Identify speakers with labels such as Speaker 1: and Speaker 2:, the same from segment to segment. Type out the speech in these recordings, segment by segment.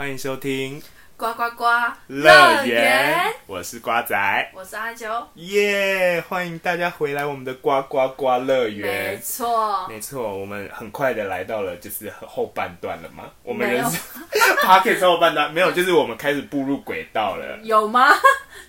Speaker 1: 迎收听
Speaker 2: 呱呱呱
Speaker 1: 乐园，，我是瓜仔，
Speaker 2: 我是阿九，
Speaker 1: 耶、欢迎大家回来我们的呱呱呱乐
Speaker 2: 没
Speaker 1: 园。
Speaker 2: 错，
Speaker 1: 没错，我们很快的来到了就是后半段了嘛，我们
Speaker 2: 没有
Speaker 1: 人生 p o c k e t 后半段没有，就是我们开始步入轨道了。
Speaker 2: 有吗？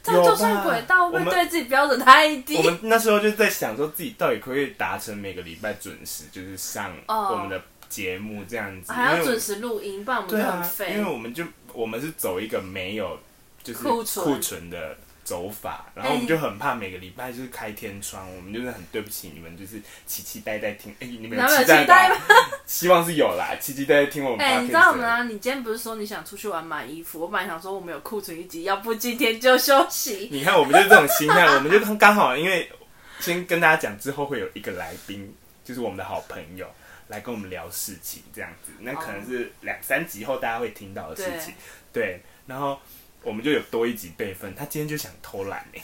Speaker 2: 这样
Speaker 1: 有吧
Speaker 2: 就算轨道
Speaker 1: 我
Speaker 2: 会
Speaker 1: 们
Speaker 2: 对自己标准太
Speaker 1: 我
Speaker 2: 低
Speaker 1: 们那时候就在想说，自己到底可不可以达成每个礼拜准时，就是上
Speaker 2: 哦
Speaker 1: 我们的节目这样子，因
Speaker 2: 还要
Speaker 1: 为我
Speaker 2: 准时录音，不然我们
Speaker 1: 对
Speaker 2: 就
Speaker 1: 啊
Speaker 2: 很，废
Speaker 1: 因为。我们就我们是走一个没有就是
Speaker 2: 库存
Speaker 1: 库存的走法，然后我们就很怕每个礼拜就是开天窗，我们就是很对不起你们，就是期期待待听，哎、你们有
Speaker 2: 哪有
Speaker 1: 期待
Speaker 2: 期待
Speaker 1: 吗？ 希望是有啦，期期待待听啊我们。
Speaker 2: 哎、你知道吗？你今天不是说你想出去玩买衣服？我本来想说我们有库存一集，要不今天就休息。
Speaker 1: 你看，我们就是这种心态， 我们就刚好，因为先跟大家讲，之后会有一个来宾，就是我们的好朋友，来跟我们聊事情，这样子，那可能
Speaker 2: 哦
Speaker 1: 是两三集后大家会听到的事情，对，然后我们就有多一集备份，他今天就想偷懒 呢、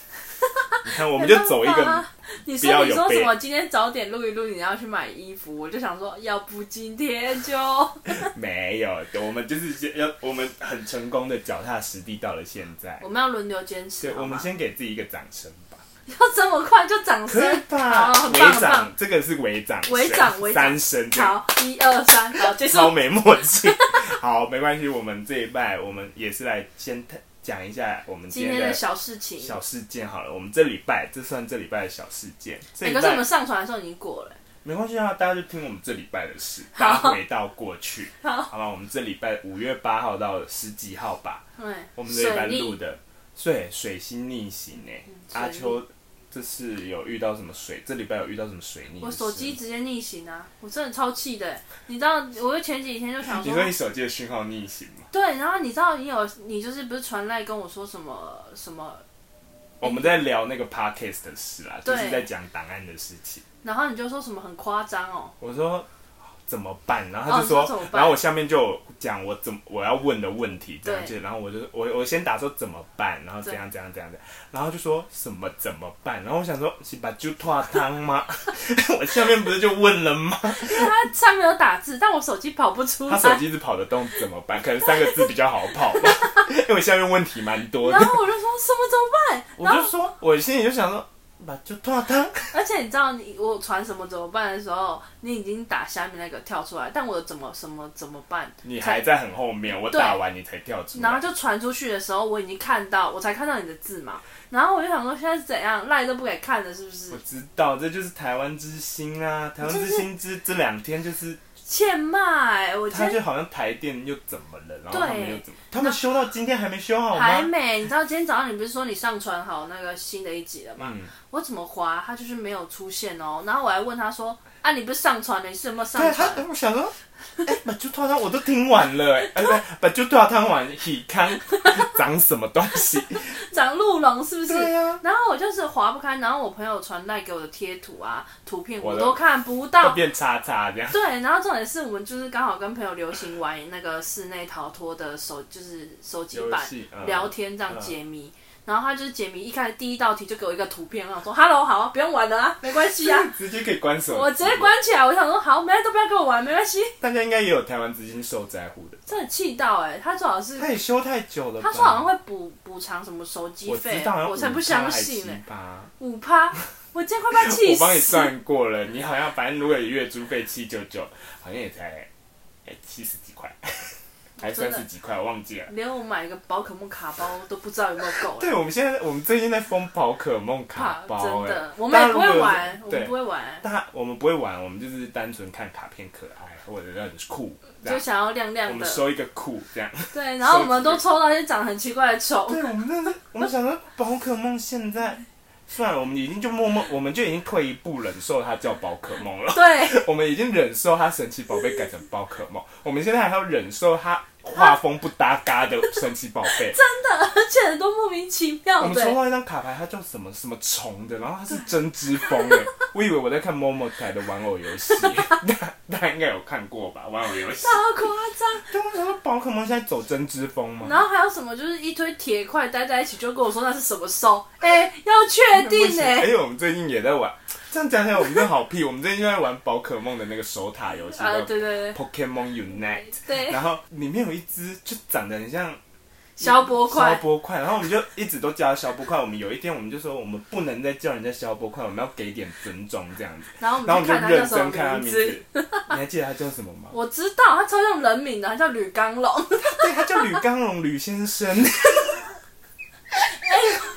Speaker 1: 你看，我们就走一
Speaker 2: 没办
Speaker 1: 个
Speaker 2: 法，你
Speaker 1: 不要
Speaker 2: 说你
Speaker 1: 有
Speaker 2: 说
Speaker 1: 背
Speaker 2: 什么？今天早点录一录，你要去买衣服，我就想说，要不今天就
Speaker 1: 没有，我们就是要我们很成功的脚踏实地到了现在
Speaker 2: 我，们要轮流坚持。
Speaker 1: 对，
Speaker 2: 好
Speaker 1: 我们
Speaker 2: 吗
Speaker 1: 先给自己一个掌声吧。
Speaker 2: 要这么快就掌声
Speaker 1: 可以，吧
Speaker 2: 好，哦很
Speaker 1: 尾
Speaker 2: 棒很棒
Speaker 1: 掌，。这个是尾掌声，
Speaker 2: 尾掌尾掌
Speaker 1: 三声这样，
Speaker 2: 好，一二三，好，结 束。
Speaker 1: 超没默契。好，没关系，我们这一拜我们也是来先讲一下我们今
Speaker 2: 今天
Speaker 1: 天
Speaker 2: 的
Speaker 1: 的
Speaker 2: 小事情。
Speaker 1: 小事件好了。我们这礼拜这算这礼拜的小事件，这
Speaker 2: 哎、
Speaker 1: 礼
Speaker 2: 可是我
Speaker 1: 拜
Speaker 2: 们上传的时候已经过了。
Speaker 1: 没关系啊，大家就听我们这礼拜的事，大家回到过去，
Speaker 2: 好
Speaker 1: 好吧？我们这礼拜五月八号到十几号吧，
Speaker 2: 对，
Speaker 1: 我们这礼拜
Speaker 2: 哎水逆
Speaker 1: 录的，对，水星逆行诶、
Speaker 2: 水逆
Speaker 1: 阿秋。这是有遇到什么水？这礼拜有遇到什么水逆？
Speaker 2: 我手机，直接逆行啊！我真的超气的，你知道，我就前几天就想
Speaker 1: 你
Speaker 2: 说，
Speaker 1: 说你手机的讯号逆行吗？
Speaker 2: 对，然后你知道你有你就是不是传来跟我说什么什么，
Speaker 1: 我们在聊那个 podcast 的事啦，就
Speaker 2: 对
Speaker 1: 是在讲档案的事情。
Speaker 2: 然后你就说什么很夸张哦，
Speaker 1: 我说怎么办？然后他就
Speaker 2: 哦
Speaker 1: 说，
Speaker 2: 你说怎么办
Speaker 1: 然后我下面就有讲我怎么我要问的问题这样
Speaker 2: 对
Speaker 1: 子，然后我就我我先打说怎么办，然后
Speaker 2: 对
Speaker 1: 怎样怎样怎样的，然后就说什么怎么办？然后我想说是把猪拖汤吗？ 我下面不是就问了吗？
Speaker 2: 它上面有打字，但我手机跑不出
Speaker 1: 他手
Speaker 2: 来。
Speaker 1: 机一直跑得动怎么办？可能三个字比较好跑吧，因为下面问题蛮多
Speaker 2: 然
Speaker 1: 的。
Speaker 2: 后我就说什么怎么办？
Speaker 1: 我就说，我心里就想说，把猪拖汤。
Speaker 2: 而且你知道你我传什么怎么办的时候，你已经打下面那个跳出来，但我怎么什么怎么办？
Speaker 1: 你还在很后面，我
Speaker 2: 对
Speaker 1: 打完你才跳出来。
Speaker 2: 然后就传出去的时候，我已经看到，我才看到你的字嘛。然后我就想说，现在是怎样，赖都不给看了，是不是
Speaker 1: 我？知道，这就是台湾之星啊！台湾之星之这两天就是，
Speaker 2: 欠骂、欸，我今
Speaker 1: 他
Speaker 2: 天
Speaker 1: 就好像台电又怎么了，然后
Speaker 2: 对
Speaker 1: 他们又怎么，他们修到今天还没修好
Speaker 2: 还
Speaker 1: 吗？
Speaker 2: 没，你知道今天早上你不是说你上传好那个新的一集了吗？
Speaker 1: 嗯，
Speaker 2: 我怎么滑，它就是没有出现哦。然后我还问他说，啊，你不是上传了，你是有没有上
Speaker 1: 对，
Speaker 2: 传？
Speaker 1: 他我想说， 哎，把猪跳汤我都听完 了，哎，哎不，把猪跳汤完，喜康长什么东 西？
Speaker 2: 长鹿茸是不是？
Speaker 1: 对啊呀，
Speaker 2: 然后我就是滑不开，然后我朋友传赖给我的贴图啊、图片
Speaker 1: 我
Speaker 2: 我
Speaker 1: 的
Speaker 2: 都看不
Speaker 1: 会
Speaker 2: 到，
Speaker 1: 变叉叉这样。
Speaker 2: 对，然后重点是我们就是刚好跟朋友流行玩那个室内逃脱的手，就是手机版
Speaker 1: 游戏嗯
Speaker 2: 聊天这样解谜。然后他就是解谜，一开始第一道题就给我一个图片，我想说 “hello，好啊，不用玩了啊，没关 系啊
Speaker 1: 直接可以关”，手机，
Speaker 2: 我直接。关起来。我想说好，没都不要跟我玩，没关系。
Speaker 1: 大家应该也有台湾之星受灾户的，
Speaker 2: 真的气到哎、他最好是
Speaker 1: 他也修太久了吧。
Speaker 2: 他说好像会补补偿什么手机
Speaker 1: 我
Speaker 2: 费
Speaker 1: 知道，，
Speaker 2: 我才不相信呢、
Speaker 1: 呢。吧。
Speaker 2: 五趴，我今天快被气
Speaker 1: 我
Speaker 2: 死。
Speaker 1: 帮你算过了，你好像反正如果月租费七九九，好像也才哎七十几块，还三十几块，我忘记了。
Speaker 2: 连我买一个宝可梦卡包都不知道有没有够了。
Speaker 1: 对，我们现在我们最近在疯宝可梦卡包、
Speaker 2: 真
Speaker 1: 哎，
Speaker 2: 的，我们
Speaker 1: 大家
Speaker 2: 也不
Speaker 1: 如
Speaker 2: 会
Speaker 1: 果
Speaker 2: 玩，我们
Speaker 1: 对
Speaker 2: 不，会玩，
Speaker 1: 但我们不会玩，我们就是单纯看卡片可爱或者是很酷，这
Speaker 2: 就
Speaker 1: 样
Speaker 2: 想要亮
Speaker 1: 啊我
Speaker 2: 亮
Speaker 1: 们
Speaker 2: 的。
Speaker 1: 收一个酷这样。
Speaker 2: 对，然后我们都抽到一些长得很奇怪的虫。
Speaker 1: 对，我们那是我们想说宝可梦现在。算了，我们已经就默默，我们就已经退一步忍受它叫宝可梦了。
Speaker 2: 对，
Speaker 1: 我们已经忍受他神奇宝贝改成宝可梦，我们现在还要忍受他画风不搭嘎的神奇宝 贝。
Speaker 2: 而且都莫名其
Speaker 1: 我
Speaker 2: 妙
Speaker 1: 们抽
Speaker 2: 的。
Speaker 1: 到一张卡牌，它叫什么什么虫的，然后它是针织风 哎，我以为我在看 Momo 台的玩偶游戏，大大家应该有看过吧？玩偶游戏
Speaker 2: 超。夸张，
Speaker 1: 对，啊我想说宝可梦现在走针织风吗？
Speaker 2: 然后还有什么？就是一堆铁块待在一起，就跟我说那是什么兽？哎、要确定
Speaker 1: 不行
Speaker 2: 哎、
Speaker 1: 而且我们最近也在玩，这样讲起来，我们真的好屁。我们最近就在玩宝可梦的那个哎守塔游戏，
Speaker 2: 啊，
Speaker 1: 叫
Speaker 2: 对对对
Speaker 1: Pokemon Unite，
Speaker 2: 啊对，
Speaker 1: 然后里面有一只就长得很像
Speaker 2: 消波
Speaker 1: 消
Speaker 2: 块，
Speaker 1: 波块，然后我们就一直都叫它消波块。我们有一天我们就说，我们不能再叫人家消波块，我们要给一点尊重这样子。
Speaker 2: 然后我
Speaker 1: 然后
Speaker 2: 们
Speaker 1: 我
Speaker 2: 就看
Speaker 1: 们
Speaker 2: 它
Speaker 1: 就认
Speaker 2: 叫什
Speaker 1: 真看它
Speaker 2: 么
Speaker 1: 名
Speaker 2: 字。
Speaker 1: 字，你还记得它叫什么吗？
Speaker 2: 我知道，他超像人名的，他叫吕刚龙。
Speaker 1: 对，他叫吕刚龙吕先 生。哎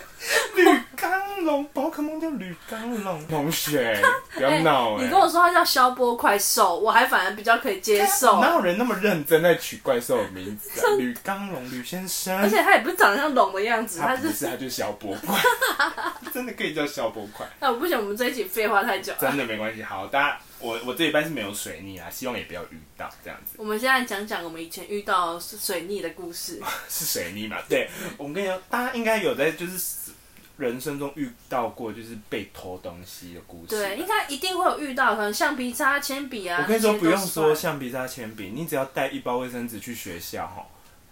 Speaker 1: 吕刚龙，宝可梦叫吕刚龙。同学，不要闹哎、
Speaker 2: 你跟我说他叫消波快兽，我还反而比较可以接受。
Speaker 1: 哪有人哎那么认真在取怪兽的名字啊？吕刚龙吕先生，
Speaker 2: 而且他也不是长得像龙的样子，
Speaker 1: 他
Speaker 2: 他
Speaker 1: 不
Speaker 2: 是……
Speaker 1: 是，他就是小波 块，真的可以叫小波块，
Speaker 2: 哎，我不行，我们在一起废话太久了。
Speaker 1: 真的没关系。好，大家，我我这一班是没有水逆啊，希望也不要遇到这样子。
Speaker 2: 我们现在讲讲我们以前遇到水逆的故 事。
Speaker 1: 是水逆嘛？对，我们跟你说，大家应该有在就是人生中遇到过就是被偷东西的故事吧。
Speaker 2: 对，应该一定会有遇到，可能橡皮擦、铅笔啊。
Speaker 1: 我跟你说，
Speaker 2: 这些
Speaker 1: 不
Speaker 2: 都
Speaker 1: 用
Speaker 2: 是
Speaker 1: 说橡皮擦、铅笔，你只要带一包卫生纸去学校，哈，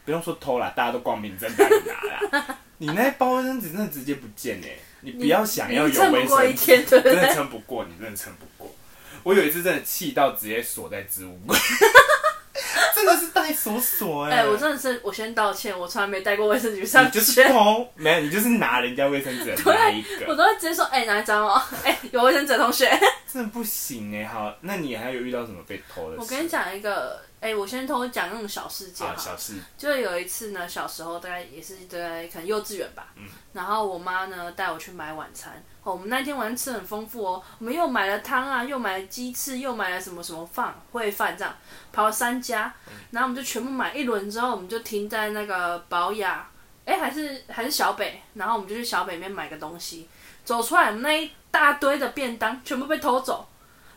Speaker 1: 不用说偷啦，大家都光明正大的拿啦。你那一包卫生纸真的直接不见哎、你不要想要
Speaker 2: 你
Speaker 1: 有
Speaker 2: 撑
Speaker 1: 卫
Speaker 2: 不过一
Speaker 1: 生
Speaker 2: 天
Speaker 1: 纸，
Speaker 2: 对不对
Speaker 1: 真的撑不过，你真的撑不过。我有一次真的气到直接锁在置物柜， 真的是带锁锁哎。
Speaker 2: 哎、我真的是，我先道歉，我从来没带过卫生纸
Speaker 1: 你
Speaker 2: 上
Speaker 1: 就
Speaker 2: 学。
Speaker 1: 是偷，没有，你就是拿人家卫生纸的那一
Speaker 2: 我
Speaker 1: 个，
Speaker 2: 都会直接 说，哎、拿一张哦，哎、有卫生纸的同学。
Speaker 1: 真的不行哎、好，那你还有遇到什么被偷的事？
Speaker 2: 我跟你讲一个，哎、我先偷讲那种小事件
Speaker 1: 啊，
Speaker 2: 哈、
Speaker 1: 小事
Speaker 2: 就有一次呢，小时候大概也是在可能幼稚园吧，然后我妈呢带我去买晚餐。哦，我们那天晚上吃很丰富哦，我们又买了汤啊，又买了鸡翅，又买了什么什么饭烩饭这样，跑了三家，然后我们就全部买一轮之后，我们就停在那个宝雅，哎还是还是小北，然后我们就去小北面买个东西，走出来，我们那一大堆的便当全部被偷走。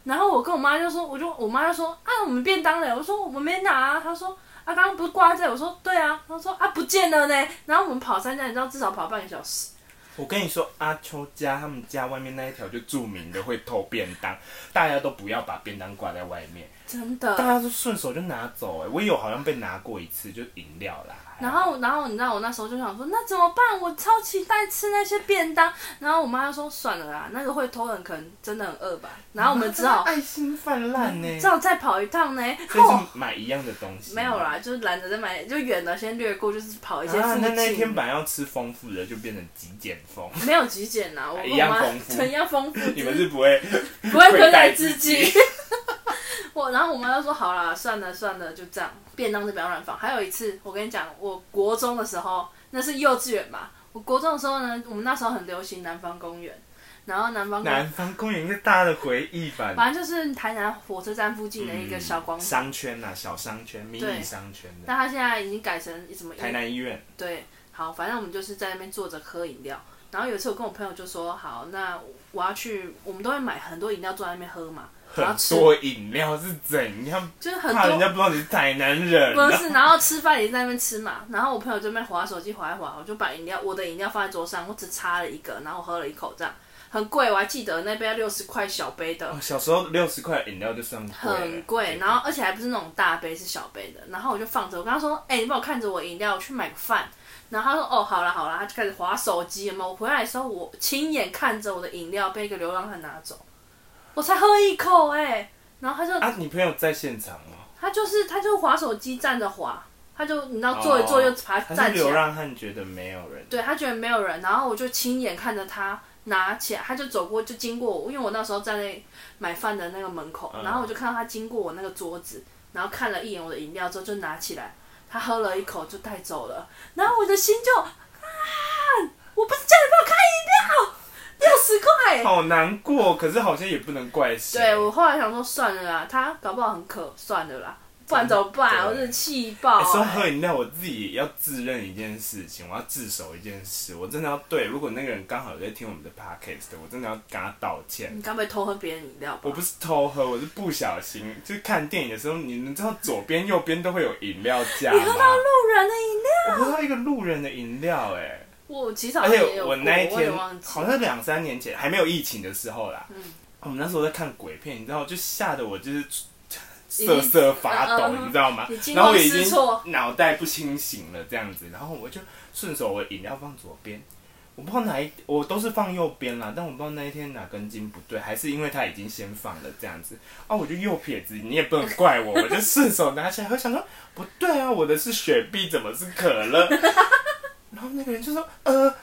Speaker 2: 然后我跟我妈就说，我就我妈就说啊，我们便当嘞，我说我们没拿、啊，她说啊，刚刚不是挂在，我说对啊，她说啊不见了呢。然后我们跑三家，你知道至少跑半个小时，
Speaker 1: 我跟你说，阿秋家他们家外面那一条就著名的会偷便当，大家都不要把便当挂在外面，
Speaker 2: 真
Speaker 1: 大
Speaker 2: 的。
Speaker 1: 家都顺手就拿走、哎，我也有好像被拿过一次，就饮料啦。
Speaker 2: 然后，然后你知道我那时候就想说，那怎么办？我超期待吃那些便当。然后我妈就说算了啦，那个会偷人可能真的很饿吧。然后我们 只好
Speaker 1: 啊爱心泛滥呢，
Speaker 2: 只好再跑一趟呢。
Speaker 1: 哎所以
Speaker 2: 哦
Speaker 1: 是买一样的东西。
Speaker 2: 没有。啦，就是懒得再买，就远的先略过，就是跑一些附
Speaker 1: 啊，
Speaker 2: 近。
Speaker 1: 那那一天本来要吃丰富的，就变成极简风。
Speaker 2: 没有极简啦，我跟
Speaker 1: 一
Speaker 2: 我
Speaker 1: 样
Speaker 2: 妈
Speaker 1: 丰富
Speaker 2: 对一样丰富，
Speaker 1: 你们是不会
Speaker 2: 不会亏待
Speaker 1: 自
Speaker 2: 自己。 我然后我妈就说好啦，算了算了，就这样，便当就不要乱放。还有一次，我跟你讲，我国中的时候，那是幼稚园嘛。我国中的时候呢，我们那时候很流行南方公园，然后南方公园，
Speaker 1: 南方公园是大家的回忆吧？
Speaker 2: 反正就是台南火车站附近的一个小广场。
Speaker 1: 商圈呐、小商圈、迷
Speaker 2: 对
Speaker 1: 你商圈的
Speaker 2: 但它现在已经改成什么
Speaker 1: 台南医院，
Speaker 2: 对，好，反正我们就是在那边坐着喝饮料。然后有一次我跟我朋友就说，好，那我要去，我们都会买很多饮料坐在那边喝嘛，然
Speaker 1: 很
Speaker 2: 后吃
Speaker 1: 多饮料是怎样？
Speaker 2: 就是很
Speaker 1: 怕人
Speaker 2: 多。
Speaker 1: 家不知道你是台南人、啊。
Speaker 2: 不是，然后吃饭也在那边吃嘛，然后我朋友这边划手机划一划，我就把饮料我的饮料放在桌上，我只擦了一个，然后我喝了一口，这样很贵，我还记得那杯要六十块小杯的，
Speaker 1: 哦，小时候六十块饮料就算贵了
Speaker 2: 很贵，然后而且还不是那种大杯，是小杯的。然后我就放着，我跟他说：“哎、你帮我看着我饮料，我去买个饭。”然后他说：“哦，好啦好啦。”他就开始划手机嘛。我回来的时候，我亲眼看着我的饮料被一个流浪汉拿走，我才喝一口哎、然后他就、
Speaker 1: 啊，你朋友在现场吗？
Speaker 2: 他就是他就划手机站着划，他就你知道坐一坐就爬
Speaker 1: 他
Speaker 2: 站
Speaker 1: 是
Speaker 2: 起来
Speaker 1: 流，浪汉，觉得没有人。
Speaker 2: 对他觉得没有人，然后我就亲眼看着他拿起来，他就走过就经过我，因为我那时候站在买饭的那个门口，
Speaker 1: 嗯
Speaker 2: 然后我就看到他经过我那个桌子，然后看了一眼我的饮料之后就拿起来，他喝了一口就带走了，然后我的心就啊，我不是叫你帮我开饮料，六十块。
Speaker 1: 好难过，可是好像也不能怪谁。
Speaker 2: 对我后来想说算了啦，他搞不好很渴，算了啦，不然怎么
Speaker 1: 真
Speaker 2: 办？
Speaker 1: 的
Speaker 2: 我真的气爆、
Speaker 1: 欸说到
Speaker 2: 欸。
Speaker 1: 喝饮料，我自己也要自认一件事情，我要自首一件事，我真的要对。如果那个人刚好有在听我们的 podcast，我真的要跟他道歉。
Speaker 2: 你该不会偷喝别人饮料吧
Speaker 1: 我？不是偷喝，我是不小心。就是看电影的时候，你们知道左边右边都会有饮料架吗？
Speaker 2: 你喝到路人的饮料？
Speaker 1: 我喝到一个路人的饮料、哎。
Speaker 2: 我其实好
Speaker 1: 而
Speaker 2: 像
Speaker 1: 且
Speaker 2: 也有
Speaker 1: 我
Speaker 2: 过，
Speaker 1: 那一
Speaker 2: 我也
Speaker 1: 天
Speaker 2: 忘记嗯
Speaker 1: 好像两三年前还没有疫情的时候啦，哦我们那时候在看鬼片，你知道，就吓得我就是瑟瑟发抖
Speaker 2: 嗯嗯，嗯
Speaker 1: 你知道吗
Speaker 2: 你？惊
Speaker 1: 然后我
Speaker 2: 慌
Speaker 1: 已
Speaker 2: 失
Speaker 1: 经
Speaker 2: 措
Speaker 1: 脑袋不清醒了这样子，然后我就顺手我饮料放左边，我不知道哪一，我都是放右边啦，但我不知道那一天哪根筋不对，还是因为他已经先放了这样子啊，我就右撇子，你也不能怪我，我就顺手拿起来，我想说不对啊，我的是雪碧，怎么是可乐？ 然后那个人就说呃，
Speaker 2: 啊，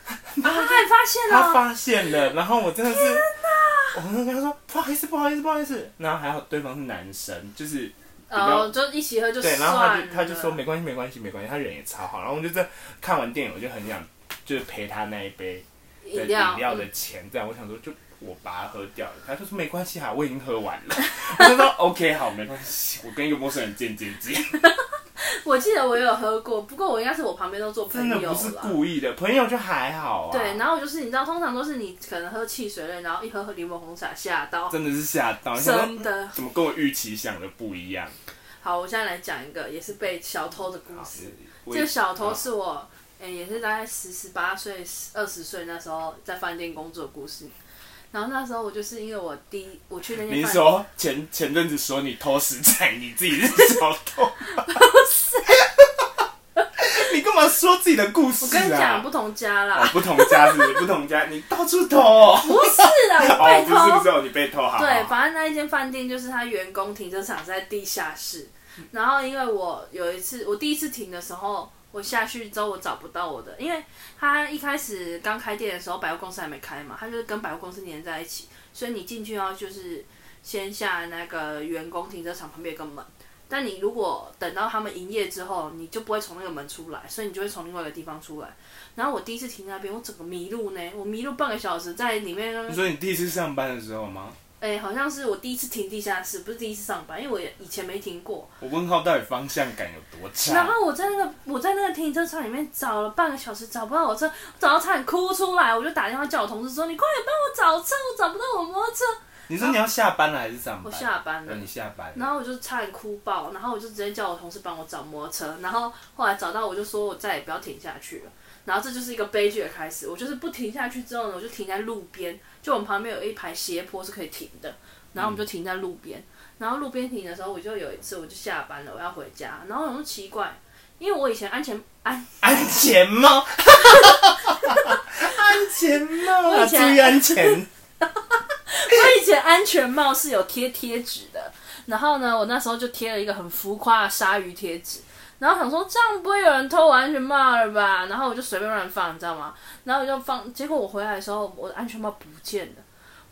Speaker 2: 他也发现
Speaker 1: 他
Speaker 2: 了，
Speaker 1: 发现了，然后我真的是，我跟他说不好意思，不好意思，不好意思，然后还好对方是男生，就是比较
Speaker 2: 然后就一起喝就
Speaker 1: 对，
Speaker 2: 算
Speaker 1: 然后他就
Speaker 2: 了。
Speaker 1: 他就说没关系没关系没关系，他人也超好。然后我就在看完电影，我就很想就是赔他那一杯的
Speaker 2: 饮
Speaker 1: 饮
Speaker 2: 料
Speaker 1: 料的钱，这样我想说就我把它喝掉了。他就说没关系啊哈，我已经喝完了。 我就说 OK 好，没关系，我跟一个陌生人见见见，
Speaker 2: 我记得我也有喝过，不过我应该是我旁边都做朋
Speaker 1: 真的
Speaker 2: 友
Speaker 1: 不是
Speaker 2: 了。
Speaker 1: 故意的，朋友就还好啊。
Speaker 2: 对，然后就是你知道，通常都是你可能喝汽水类，然后一喝喝柠檬红茶吓到，
Speaker 1: 真的是吓到，想说
Speaker 2: 真的。
Speaker 1: 怎么跟我预期想的不一样？
Speaker 2: 好，我现在来讲一个也是被小偷的故
Speaker 1: 好
Speaker 2: 事。
Speaker 1: 我
Speaker 2: 这个小偷是我，诶、也是大概十十八岁、二十岁那时候在饭店工作的故事。然后那时候我就是因为我第一我去那间
Speaker 1: 你
Speaker 2: 饭
Speaker 1: 是
Speaker 2: 店，
Speaker 1: 说前前阵子说你偷食材，你自己是小偷？ 你干嘛说自己的故事啊？
Speaker 2: 我跟你讲不同家
Speaker 1: 哦
Speaker 2: 啦，
Speaker 1: 不同家是不 是不同家，你到处偷哦。
Speaker 2: 不是啦，我
Speaker 1: 哦，
Speaker 2: 被
Speaker 1: 不
Speaker 2: 偷。
Speaker 1: 是不是，哦，你被偷好。
Speaker 2: 对，
Speaker 1: 好
Speaker 2: 反正那一间饭店就是它员工停车场是在地下室。然后因为我有一次，我第一次停的时候，我下去之后我找不到我的，因为他一开始刚开店的时候，百货公司还没开嘛，他就是跟百货公司连在一起，所以你进去要就是先下那个员工停车场旁边有个门。但你如果等到他们营业之后，你就不会从那个门出来，所以你就会从另外一个地方出来。然后我第一次停那边，我整个迷路呢，我迷路半个小时，在里面
Speaker 1: 你说你第一次上班的时候吗？
Speaker 2: 哎、好像是我第一次停地下室，不是第一次上班，因为我也以前没停过。
Speaker 1: 我问号到底方向感有多
Speaker 2: 然
Speaker 1: 差？
Speaker 2: 后我在那个我在那个停车场里面找了半个小时，找不到我车，找到差点哭出来，我就打电话叫我同事说：“你快点帮我找车，我找不到我摩托车。
Speaker 1: 你说你要下班了还是上”
Speaker 2: 我
Speaker 1: 班？
Speaker 2: 下班
Speaker 1: 那
Speaker 2: 了
Speaker 1: 你。下班了。
Speaker 2: 然后我就差点哭爆，然后我就直接叫我同事帮我找摩托车，然后后来找到我就说我再也不要停下去了，然后这就是一个悲剧的开始。我就是不停下去之后呢，我就停在路边，就我们旁边有一排斜坡是可以停的，然后我们就停在路边，然后路边停的时候，我就有一次我就下班了，我要回家，然后我就奇怪，因为我以前安全安
Speaker 1: 安全 帽，安全帽啊，
Speaker 2: 我以
Speaker 1: 注
Speaker 2: 前
Speaker 1: 意安全。
Speaker 2: 我以前安全帽是有贴贴纸的，然后呢，我那时候就贴了一个很浮夸的鲨鱼贴纸，然后想说这样不会有人偷我安全帽了吧？然后我就随便乱放，你知道吗？然后我就放，结果我回来的时候，我的安全帽不见了。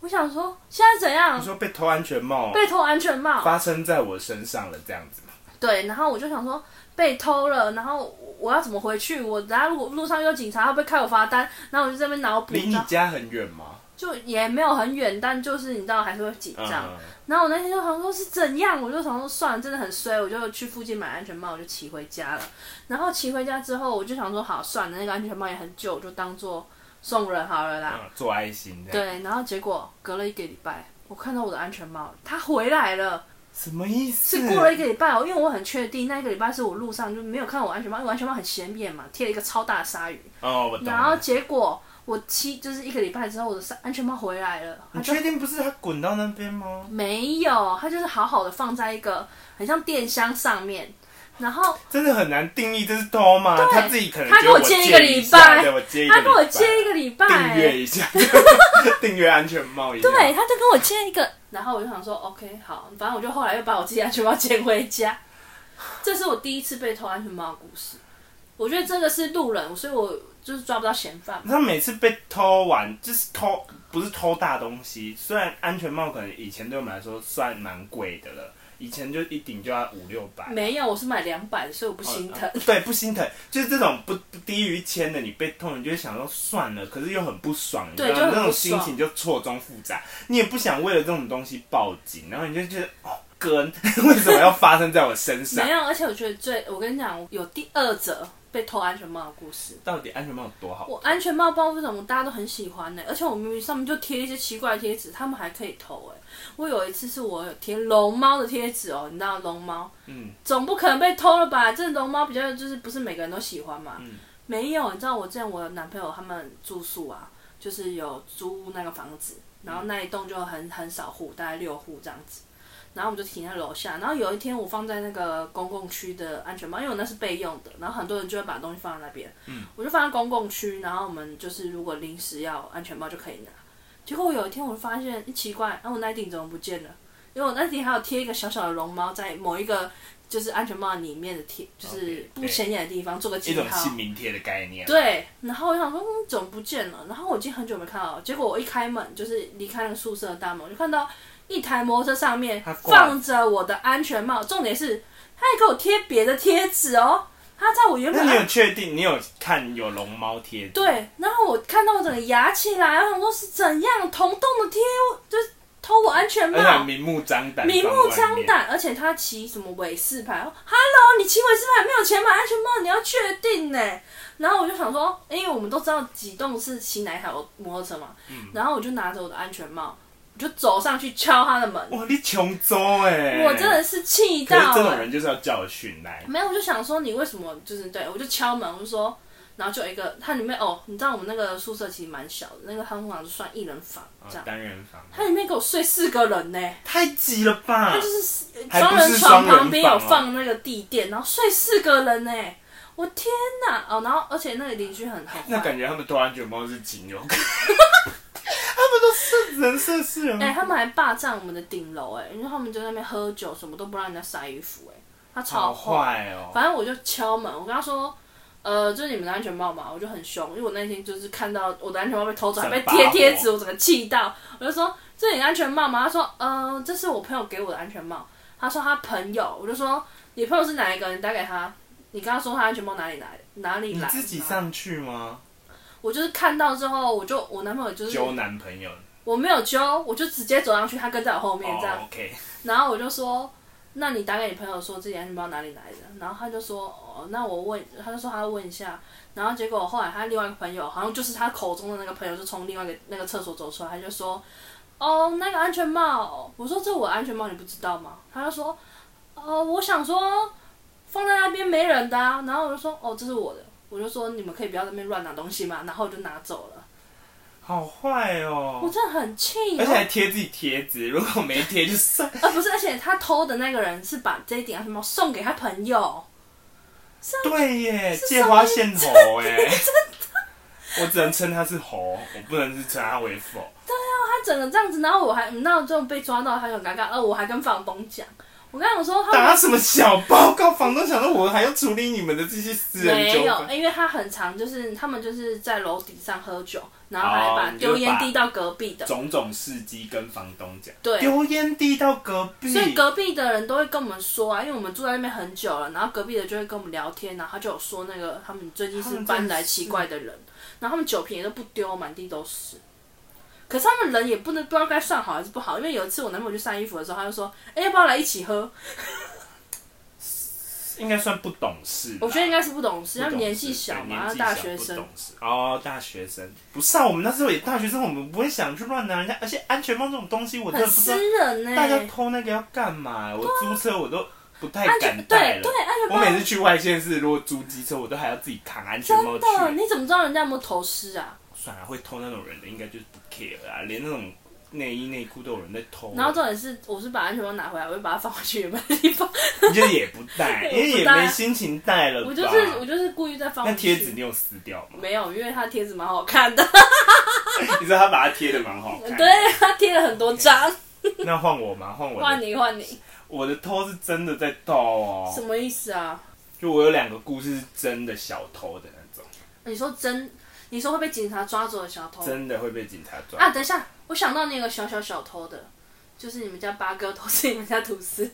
Speaker 2: 我想说现在怎样
Speaker 1: 你说被偷安全帽
Speaker 2: 被偷安全帽？
Speaker 1: 发生在我身上了，这样子吗？
Speaker 2: 对，然后我就想说被偷了，然后我要怎么回去？我等下如果路上遇到警察，会不会开我罚单？然后我就在那边脑补，
Speaker 1: 离
Speaker 2: 你
Speaker 1: 你
Speaker 2: 知道
Speaker 1: 家很远吗？
Speaker 2: 就也没有很远，但就是你知道还是会紧张。
Speaker 1: 嗯，
Speaker 2: 然后我那天就想说是怎样，我就想说算了，真的很衰，我就去附近买安全帽，我就骑回家了。然后骑回家之后，我就想说好算了，那个安全帽也很旧，我就当做送人好了啦。
Speaker 1: 嗯做爱心这样。
Speaker 2: 对，然后结果隔了一个礼拜，我看到我的安全帽，它回来了。
Speaker 1: 什么意思？
Speaker 2: 是过了一个礼拜哦，因为我很确定那一个礼拜是我路上就没有看到我安全帽，因为我安全帽很显眼嘛，贴了一个超大的鲨鱼。
Speaker 1: 哦，我懂了。
Speaker 2: 然后结果我七就是一个礼拜之后，我的鲨安全帽回来了，它
Speaker 1: 你
Speaker 2: 就
Speaker 1: 确定不是他滚到那边吗？
Speaker 2: 没有，它就是好好的放在一个很像电箱上面，然后
Speaker 1: 真的很难定义这是偷吗？他自己可能
Speaker 2: 他
Speaker 1: 觉得
Speaker 2: 跟我
Speaker 1: 我
Speaker 2: 借一
Speaker 1: 一
Speaker 2: 个礼拜
Speaker 1: 对我借一个礼
Speaker 2: 他
Speaker 1: 拜，啊
Speaker 2: 跟我借一个礼拜，
Speaker 1: 订阅 一下，订阅安全帽一下。
Speaker 2: 对，他就跟我借一个，然后我就想说 OK 好，反正我就后来又把我自己安全帽捡回家，这是我第一次被偷安全帽的故事，我觉得这个是路人，所以我就是抓不到嫌犯嘛。
Speaker 1: 他每次被偷完，就是偷，不是偷大东西。虽然安全帽可能以前对我们来说算蛮贵的了，以前就一顶就要五六百，
Speaker 2: 没有，我是买两百的，所以我不心疼。
Speaker 1: 啊 对，不心疼，就是这种不不低于一千的，你被痛，你就会想说算了，可是又很不爽，你知
Speaker 2: 对
Speaker 1: 道吗
Speaker 2: 就很不
Speaker 1: 那种心
Speaker 2: 爽
Speaker 1: 情就错综复杂，你也不想为了这种东西报警，然后你就觉得哦，根 为什么要发生在我身上
Speaker 2: 没？有，而且我觉得最，我跟你讲，有第二则被偷安全帽的故事。
Speaker 1: 到底安全帽有多好？
Speaker 2: 我安全帽不知道为什么大家都很喜欢欸呢、而且我明明上面就贴一些奇怪的贴纸，他们还可以偷哎、我有一次是我有贴龙猫的贴纸哦，你知道龙猫
Speaker 1: 嗯，
Speaker 2: 总不可能被偷了吧？这龙猫比较就是不是每个人都喜欢嘛。
Speaker 1: 嗯
Speaker 2: 没有，你知道我之前我男朋友他们住宿啊，就是有租那个房子，然后那一栋就很很少户，大概六户这样子。然后我们就停在楼下。然后有一天我放在那个公共区的安全帽，因为我那是备用的，然后很多人就会把东西放在那边。嗯，我就放在公共区，然后我们就是如果临时要安全帽就可以拿。结果我有一天我发现，诶奇怪，啊我那一顶怎么不见了？因为我那顶还有贴一个小小的绒毛在某一个就是安全帽里面的贴，就是
Speaker 1: OK，
Speaker 2: 不
Speaker 1: 对
Speaker 2: 显眼的地方做个记
Speaker 1: 一种
Speaker 2: 号
Speaker 1: 姓。名贴的概念。，啊
Speaker 2: 对，然后我想说，嗯，怎么不见了？然后我已经很久没看到了，结果我一开门，就是离开那个宿舍的大门，我就看到一台摩托车上面
Speaker 1: 它挂
Speaker 2: 放着我的安全帽，重点是他还给我贴别的贴纸哦，他在我原
Speaker 1: 那
Speaker 2: 本
Speaker 1: 你有
Speaker 2: 的
Speaker 1: 确定你有看有龙猫贴？，
Speaker 2: 对，然后我看到我整个牙起来，我想说是怎样同栋的贴，就是偷我安全
Speaker 1: 而且
Speaker 2: 帽。
Speaker 1: 呃明目张胆，
Speaker 2: 明目张。胆，而且他骑什么尾四牌？Hello，你骑尾四牌没有钱买安全帽，你要确定呢。然后我就想说，因为我们都知道几栋是骑哪一台摩托车嘛，
Speaker 1: 嗯
Speaker 2: 然后我就拿着我的安全帽，我就走上去敲他的门，
Speaker 1: 哇，你穷周哎！
Speaker 2: 我真的是气
Speaker 1: 可是
Speaker 2: 到
Speaker 1: 这种
Speaker 2: 了。嗯
Speaker 1: 人就是要教训来，
Speaker 2: 没有，我就想说你为什么就是对我就敲门，我就说，然后就有一个他里面哦，你知道我们那个宿舍其实蛮小的，那个他通常就算一人房
Speaker 1: 哦
Speaker 2: 这样，
Speaker 1: 单人房
Speaker 2: 他里面给我睡四个人呢、
Speaker 1: 太挤了吧？
Speaker 2: 就是呃
Speaker 1: 还
Speaker 2: 双
Speaker 1: 不是
Speaker 2: 人床
Speaker 1: 双人
Speaker 2: 旁边
Speaker 1: 房
Speaker 2: 有
Speaker 1: 哦
Speaker 2: 放那个地垫，然后睡四个人呢、我天哪！哦，然后而且那个邻居很很
Speaker 1: 那
Speaker 2: 坏，
Speaker 1: 感觉他们脱安全帽是金 牛，他们都是人设是人
Speaker 2: 哎、他们还霸占我们的顶楼，哎，因为他们就在那边喝酒，什么都不让人家晒衣服、哎，他超
Speaker 1: 好
Speaker 2: 坏。
Speaker 1: 坏哦。
Speaker 2: 反正我就敲门，我跟他说，呃，就是你们的安全帽嘛，我就很凶，因为我那天就是看到我的安全帽被偷走，还被
Speaker 1: 整把
Speaker 2: 贴贴纸，
Speaker 1: 火
Speaker 2: 我整个气到，我就说这是你的安全帽吗？他说，呃，这是我朋友给我的安全帽。他说他朋友，我就说你朋友是哪一个？你打给他，你刚刚说他安全帽哪里来？哪里
Speaker 1: 你
Speaker 2: 来？
Speaker 1: 自己上去吗？
Speaker 2: 我就是看到之后，我就我男朋友就是
Speaker 1: 交男朋友
Speaker 2: 我没有揪，我就直接走上去，他跟在我后面这样。
Speaker 1: 哦，OK，
Speaker 2: 然后我就说，那你打给你朋友说自己安全包哪里来的？然后他就说，哦，那我问，他就说他要问一下。然后结果后来他另外一个朋友，好像就是他口中的那个朋友，就从另外一个那个厕所走出来，他就说，哦，那个安全帽，我说这我的安全帽你不知道吗？他就说，哦，我想说放在那边没人的、啊。然后我就说，哦，这是我的。我就说你们可以不要在那边乱拿东西嘛，然后我就拿走了。
Speaker 1: 好坏
Speaker 2: 我
Speaker 1: 哦。
Speaker 2: 真的很气、
Speaker 1: 而且还贴自己贴纸，如果没贴就 算。
Speaker 2: 啊，不是，而且他偷的那个人是把这一顶安全帽送给他朋友，
Speaker 1: 对耶，
Speaker 2: 是
Speaker 1: 借花献猴 哎。我只能称他是猴，我不能是称他为否。
Speaker 2: 哦他整个这样子，然后我还，然后这种被抓到，他就很尴尬，呃，我还跟房东讲，我跟他说他
Speaker 1: 打什么小报告？房东想到我还要处理你们的这些私人
Speaker 2: 没
Speaker 1: 纠
Speaker 2: 有，
Speaker 1: 纷。
Speaker 2: 因为他很常就是他们就是在楼顶上喝酒，然后还
Speaker 1: 哦
Speaker 2: 把
Speaker 1: 你就
Speaker 2: 丢烟
Speaker 1: 把
Speaker 2: 递到隔壁的，
Speaker 1: 种种事迹跟房东讲，
Speaker 2: 对，
Speaker 1: 丢烟递到隔壁，
Speaker 2: 所以隔壁的人都会跟我们说啊，因为我们住在那边很久了，然后隔壁的就会跟我们聊天，然后他就有说那个他们最近是搬来奇怪的人，然后他们酒瓶也都不丢，满地都是。可是他们人也不能不知道该算好还是不好，因为有一次我男朋友去晒衣服的时候，他就说：“哎、要不要来一起喝
Speaker 1: 应该算不懂事啦。？”
Speaker 2: 我觉得应该是不懂
Speaker 1: 不
Speaker 2: 事，
Speaker 1: 懂
Speaker 2: 他
Speaker 1: 事
Speaker 2: 们年纪小
Speaker 1: 对
Speaker 2: 嘛，
Speaker 1: 年
Speaker 2: 他
Speaker 1: 纪
Speaker 2: 大
Speaker 1: 小
Speaker 2: 学
Speaker 1: 不
Speaker 2: 生
Speaker 1: 懂。事哦，大学生不是啊。我们那时候也大学生，我们不会想去乱拿人家，而且安全帽这种东西，我真
Speaker 2: 很
Speaker 1: 的不知
Speaker 2: 私
Speaker 1: 道
Speaker 2: 人欸啊呢、
Speaker 1: 大家偷那个要干嘛。我租车我都不太
Speaker 2: 安全
Speaker 1: 敢戴
Speaker 2: 啊
Speaker 1: 了
Speaker 2: 对对。安
Speaker 1: 我
Speaker 2: 全帽
Speaker 1: 每次去外县市，如果租机车，我都还要自己扛安全帽
Speaker 2: 真
Speaker 1: 去。哦
Speaker 2: 的，你怎么知道人家有没有头虱啊？
Speaker 1: 算了，会偷那种人的，应该就是不 care 啊，连那种内衣内裤都有人在偷。
Speaker 2: 然后重点是，我是把安全帽拿回来，我就把它放回去原本 的地方。
Speaker 1: 你就也不戴，因为
Speaker 2: 我不
Speaker 1: 也
Speaker 2: 戴
Speaker 1: 没心情戴了吧。
Speaker 2: 我就是我就是故意在放
Speaker 1: 啊那
Speaker 2: 回去
Speaker 1: 贴纸你有撕掉吗？
Speaker 2: 没有，因为它贴纸蛮好看 的，
Speaker 1: 你知道他把它贴的蛮好看。
Speaker 2: 对，啊它贴了很多张。
Speaker 1: 那换我吗？换 我的。
Speaker 2: 换你换你，
Speaker 1: 我的偷是真的在偷哦
Speaker 2: 什，么意思啊？
Speaker 1: 就我有两个故事是真的小偷的那种，
Speaker 2: 你说真，你说会被警察抓走的小偷
Speaker 1: 真的会被警察抓。
Speaker 2: 哦啊？等一下，我想到那个小小小偷的，就是你们家八哥偷吃你们家吐
Speaker 1: 嗯
Speaker 2: 司，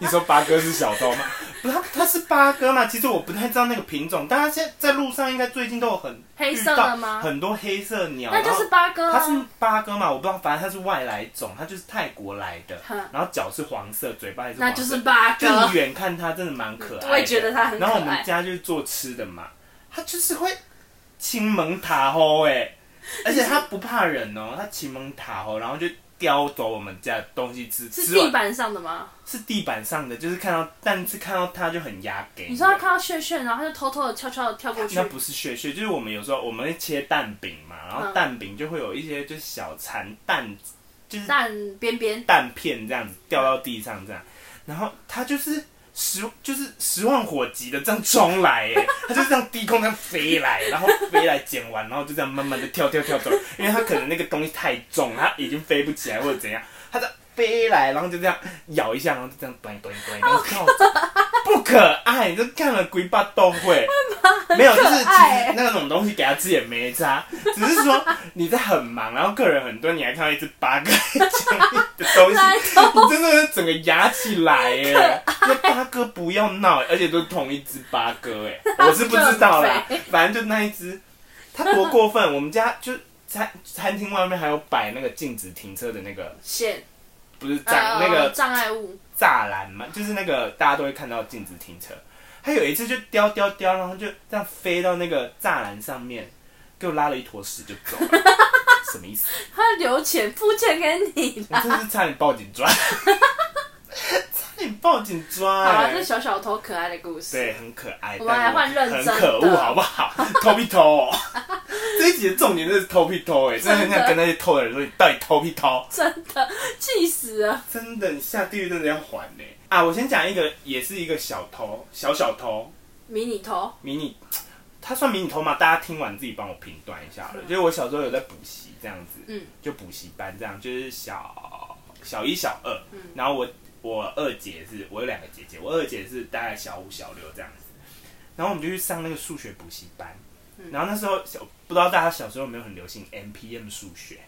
Speaker 1: 你说八哥是小偷吗？不是，他他是八哥嘛？其实我不太知道那个品种，但他现在在路上应该最近都有很
Speaker 2: 黑色的吗
Speaker 1: 遇到很多黑色鸟，
Speaker 2: 那就是八哥
Speaker 1: 然后它是
Speaker 2: 啊。
Speaker 1: 八哥嘛？我不知道，反正它是外来种，它就是泰国来的
Speaker 2: 哼，
Speaker 1: 然后脚是黄色，嘴巴也是
Speaker 2: 那
Speaker 1: 黄色
Speaker 2: 就是八
Speaker 1: 就
Speaker 2: 哥
Speaker 1: 你，远看它真的蛮可爱的，
Speaker 2: 我也觉得它很可
Speaker 1: 然
Speaker 2: 爱
Speaker 1: 后我们家就是做吃的嘛，它就是会亲蒙塔吼哎，而且它不怕人哦，它亲蒙塔吼，然后就叼走我们家的东西吃，
Speaker 2: 是
Speaker 1: 吃
Speaker 2: 地
Speaker 1: 完
Speaker 2: 板上的吗？
Speaker 1: 是地板上的，就是看到，但是看到它就很压给。
Speaker 2: 你说他看到炫炫，然后他就偷偷的悄悄的跳过去
Speaker 1: 那，不是屑屑，就是我们有时候我们会切蛋饼嘛，然后
Speaker 2: 嗯
Speaker 1: 蛋饼就会有一些就是小残蛋就是
Speaker 2: 蛋边边，
Speaker 1: 弹片这样子掉到地上这样，然后他就是十就是十万火急的这样冲来，哎，他就这样低空这样飞来，然后飞来捡完，然后就这样慢慢的跳跳跳走，因为他可能那个东西太重，他已经飞不起来或者怎样，他这样飞来，然后就这样咬一下，然后就这样端端端，然后跳走。不可爱，这看了鬼爸都会，没有，就是其实那种东西给他吃也没差，只是说你在很忙，然后客人很多，你还看到一只八哥的东西，
Speaker 2: 来
Speaker 1: 你真的是整个压起来 耶！那八哥不要闹，而且都同一只八哥 哎，我是不知道啦
Speaker 2: 就很，
Speaker 1: 反正就那一只，它多过分！我们家就餐餐厅外面还有摆那个禁止停车的那个，
Speaker 2: 线
Speaker 1: 不是
Speaker 2: 呃
Speaker 1: 障那个
Speaker 2: 障碍物，
Speaker 1: 栅栏嘛，就是那个大家都会看到禁止停车。他有一次就叼叼叼，然后就这样飞到那个栅栏上面，给我拉了一坨屎就走 了，什么意思？
Speaker 2: 他留钱付钱给你
Speaker 1: 我
Speaker 2: 啦。
Speaker 1: 欸真是差点报警抓， 差点报警
Speaker 2: 好
Speaker 1: 抓、
Speaker 2: 了，
Speaker 1: 欸！
Speaker 2: 这小小偷可爱的故事。
Speaker 1: 对，很可爱。
Speaker 2: 我们来换认真的
Speaker 1: 但很可恶，好不 好？偷屁偷、哦， 这一集的重点就是偷屁偷、哎，真的很想跟那些偷的人说，你到底偷屁偷？
Speaker 2: 真的气死了！
Speaker 1: 真的，你下地狱真的要还呢、啊，我先讲一个，也是一个小偷，小小偷，
Speaker 2: 迷你头，
Speaker 1: 迷你，他算迷你头嘛？大家听完自己帮我评断一下好了。就是我小时候有在补习这样子，
Speaker 2: 嗯，
Speaker 1: 就补习班这样，就是小小一、小二，
Speaker 2: 嗯
Speaker 1: 然后我我二姐是，我有两个姐姐，我二姐是大概小五、小六这样子，然后我们就去上那个数学补习班，
Speaker 2: 嗯
Speaker 1: 然后那时候小不知道大家小时候有没有很流行 MPM 数学。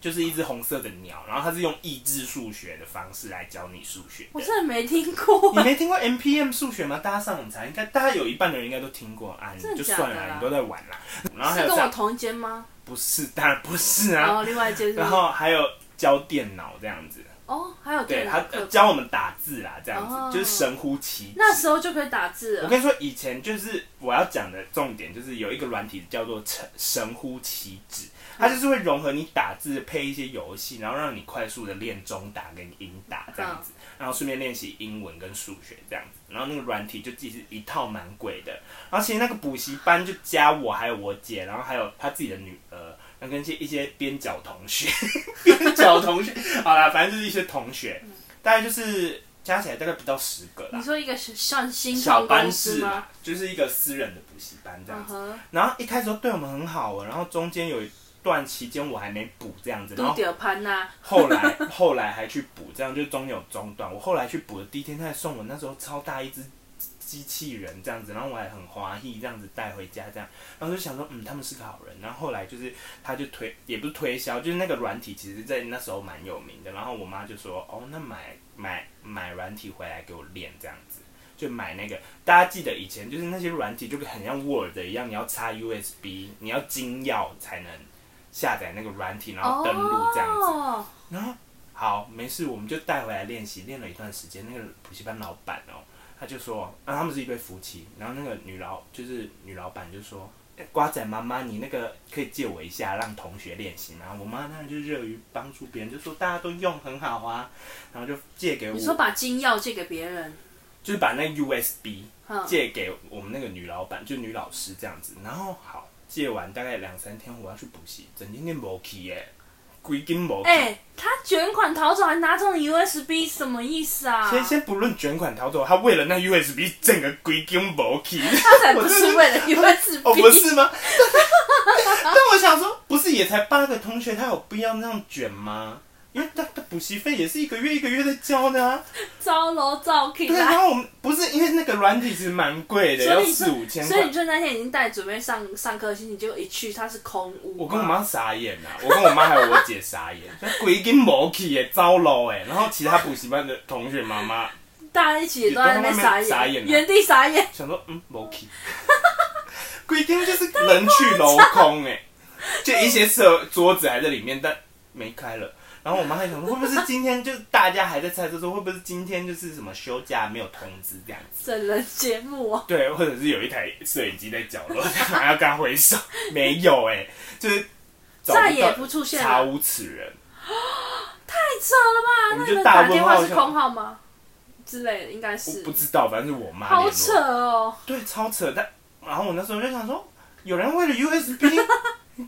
Speaker 1: 就是一只红色的鸟，然后它是用益智数学的方式来教你数学的。
Speaker 2: 我真的没听过
Speaker 1: 你。没听过 NPM 数学吗？大家上网查，应该大家有一半的人应该都听过啊，
Speaker 2: 真
Speaker 1: 你
Speaker 2: 的
Speaker 1: 就
Speaker 2: 假
Speaker 1: 算了
Speaker 2: 的
Speaker 1: 啊，
Speaker 2: 啦
Speaker 1: 你都在玩啦。然后还有
Speaker 2: 是跟我
Speaker 1: 上
Speaker 2: 同一间吗？
Speaker 1: 不是，当然不是
Speaker 2: 然
Speaker 1: 啊。
Speaker 2: 后另外一间是
Speaker 1: 然后还有教电脑这样子，
Speaker 2: 哦，还有
Speaker 1: 对
Speaker 2: 电
Speaker 1: 他
Speaker 2: 脑
Speaker 1: 呃
Speaker 2: 课。
Speaker 1: 教我们打字啦，这样
Speaker 2: 哦
Speaker 1: 子就是神乎其技。
Speaker 2: 那时候就可以打字
Speaker 1: 我
Speaker 2: 了。
Speaker 1: 跟你说，以前就是我要讲的重点，就是有一个软体叫做神神乎其指，它就是会融合你打字配一些游戏，然后让你快速的练中打跟英打这样子，然后顺便练习英文跟数学这样子。然后那个软体就其实一套蛮贵的，然后其实那个补习班就加我还有我姐，然后还有她自己的女儿，然后跟一些一些边角同学，边角同学，好啦，反正就是一些同学，大概就是加起来大概不到十个啦
Speaker 2: 你。说一个是算新
Speaker 1: 小
Speaker 2: 创
Speaker 1: 班
Speaker 2: 公司
Speaker 1: 制
Speaker 2: 吗
Speaker 1: 嘛？，就是一个私人的补习班这
Speaker 2: 嗯
Speaker 1: 样子。
Speaker 2: 哼，
Speaker 1: 然后一开始都对我们很好哦，然后中间有一段期间我还没补这样子，然
Speaker 2: 都
Speaker 1: 后
Speaker 2: 丢潘呐，
Speaker 1: 后来 后来还去补，这样就中间有中断。我后来去补的第一天，他还送我那时候超大一只机器人这样子，然后我还很华丽这样子带回家这样，然后就想说，嗯，他们是个好人。然后后来就是他就推，也不是推销，就是那个软体，其实在那时候蛮有名的。然后我妈就说，哦，那买买买软体回来给我练这样子。就买那个，大家记得以前就是那些软体，就很像 Word 一样，你要插 USB，你要金钥才能下载那个软体，然后登录这样子。
Speaker 2: 哦，
Speaker 1: 然后好，没事，我们就带回来练习，练了一段时间。那个补习班老板哦，他就说，啊，他们是一对夫妻，然后那个女老就是女老板就说，哎瓜仔妈妈，你那个可以借我一下，让同学练习嘛。我妈当然就热于帮助别人，就说大家都用很好啊，然后就借给我，
Speaker 2: 你说把金钥借给别人，
Speaker 1: 就是把那 USB
Speaker 2: 嗯，
Speaker 1: 借给我们那个女老板，就女老师这样子。然后好，借完大概两三天，我要去补习，整天天无去耶，规根无去。
Speaker 2: 哎，他卷款逃走还拿走你 USB，什么意思啊？
Speaker 1: 先先不论卷款逃走，他为了那 USB 整个归根无 去，
Speaker 2: 他才不
Speaker 1: 我真
Speaker 2: 是
Speaker 1: 的
Speaker 2: 为了 USB，
Speaker 1: 哦不是吗？ 但我想说，不是也才八个同学，他有必要那样卷吗？因为他的补习费也是一个月一个月在交的啊。
Speaker 2: 招楼招起
Speaker 1: 对，啊
Speaker 2: 来
Speaker 1: 然。后我们不是因为那个软体其实蛮贵的，
Speaker 2: 所
Speaker 1: 要
Speaker 2: 以你
Speaker 1: 四五千
Speaker 2: 所以
Speaker 1: 块
Speaker 2: 你。就那天已经带准备上上课心情，结果一去它是空屋。
Speaker 1: 我跟我，妈傻眼呐、啊，我跟我妈还有我姐傻眼，那鬼根无去耶，糟了哎。然后其他补习班的同学妈妈
Speaker 2: 大家一起也都在那边傻
Speaker 1: 也都在那边傻眼啊
Speaker 2: 原地傻眼。
Speaker 1: 想说，嗯，无去。规定就是人去楼空哎、就一些设桌子还在里面，但没开了。然后我妈还想说，会不会是今天就是大家还在猜测说，会不会是今天就是什么休假没有通知这样子？
Speaker 2: 整人节目哦，
Speaker 1: 对，或者是有一台摄影机在角落，还要跟他挥 手？没有哎、就是找不到
Speaker 2: 再也不出现
Speaker 1: 查
Speaker 2: 了，
Speaker 1: 无此人。
Speaker 2: 太扯了吧？
Speaker 1: 我
Speaker 2: 那
Speaker 1: 们
Speaker 2: 你
Speaker 1: 就
Speaker 2: 们
Speaker 1: 大
Speaker 2: 打
Speaker 1: 问
Speaker 2: 电
Speaker 1: 号
Speaker 2: 话是空号吗？之类的，应该
Speaker 1: 我
Speaker 2: 是
Speaker 1: 不。知道，反正是我妈联
Speaker 2: 好
Speaker 1: 络
Speaker 2: 扯哦！
Speaker 1: 对，超扯。但然后我那时候就想说，有人为了 USB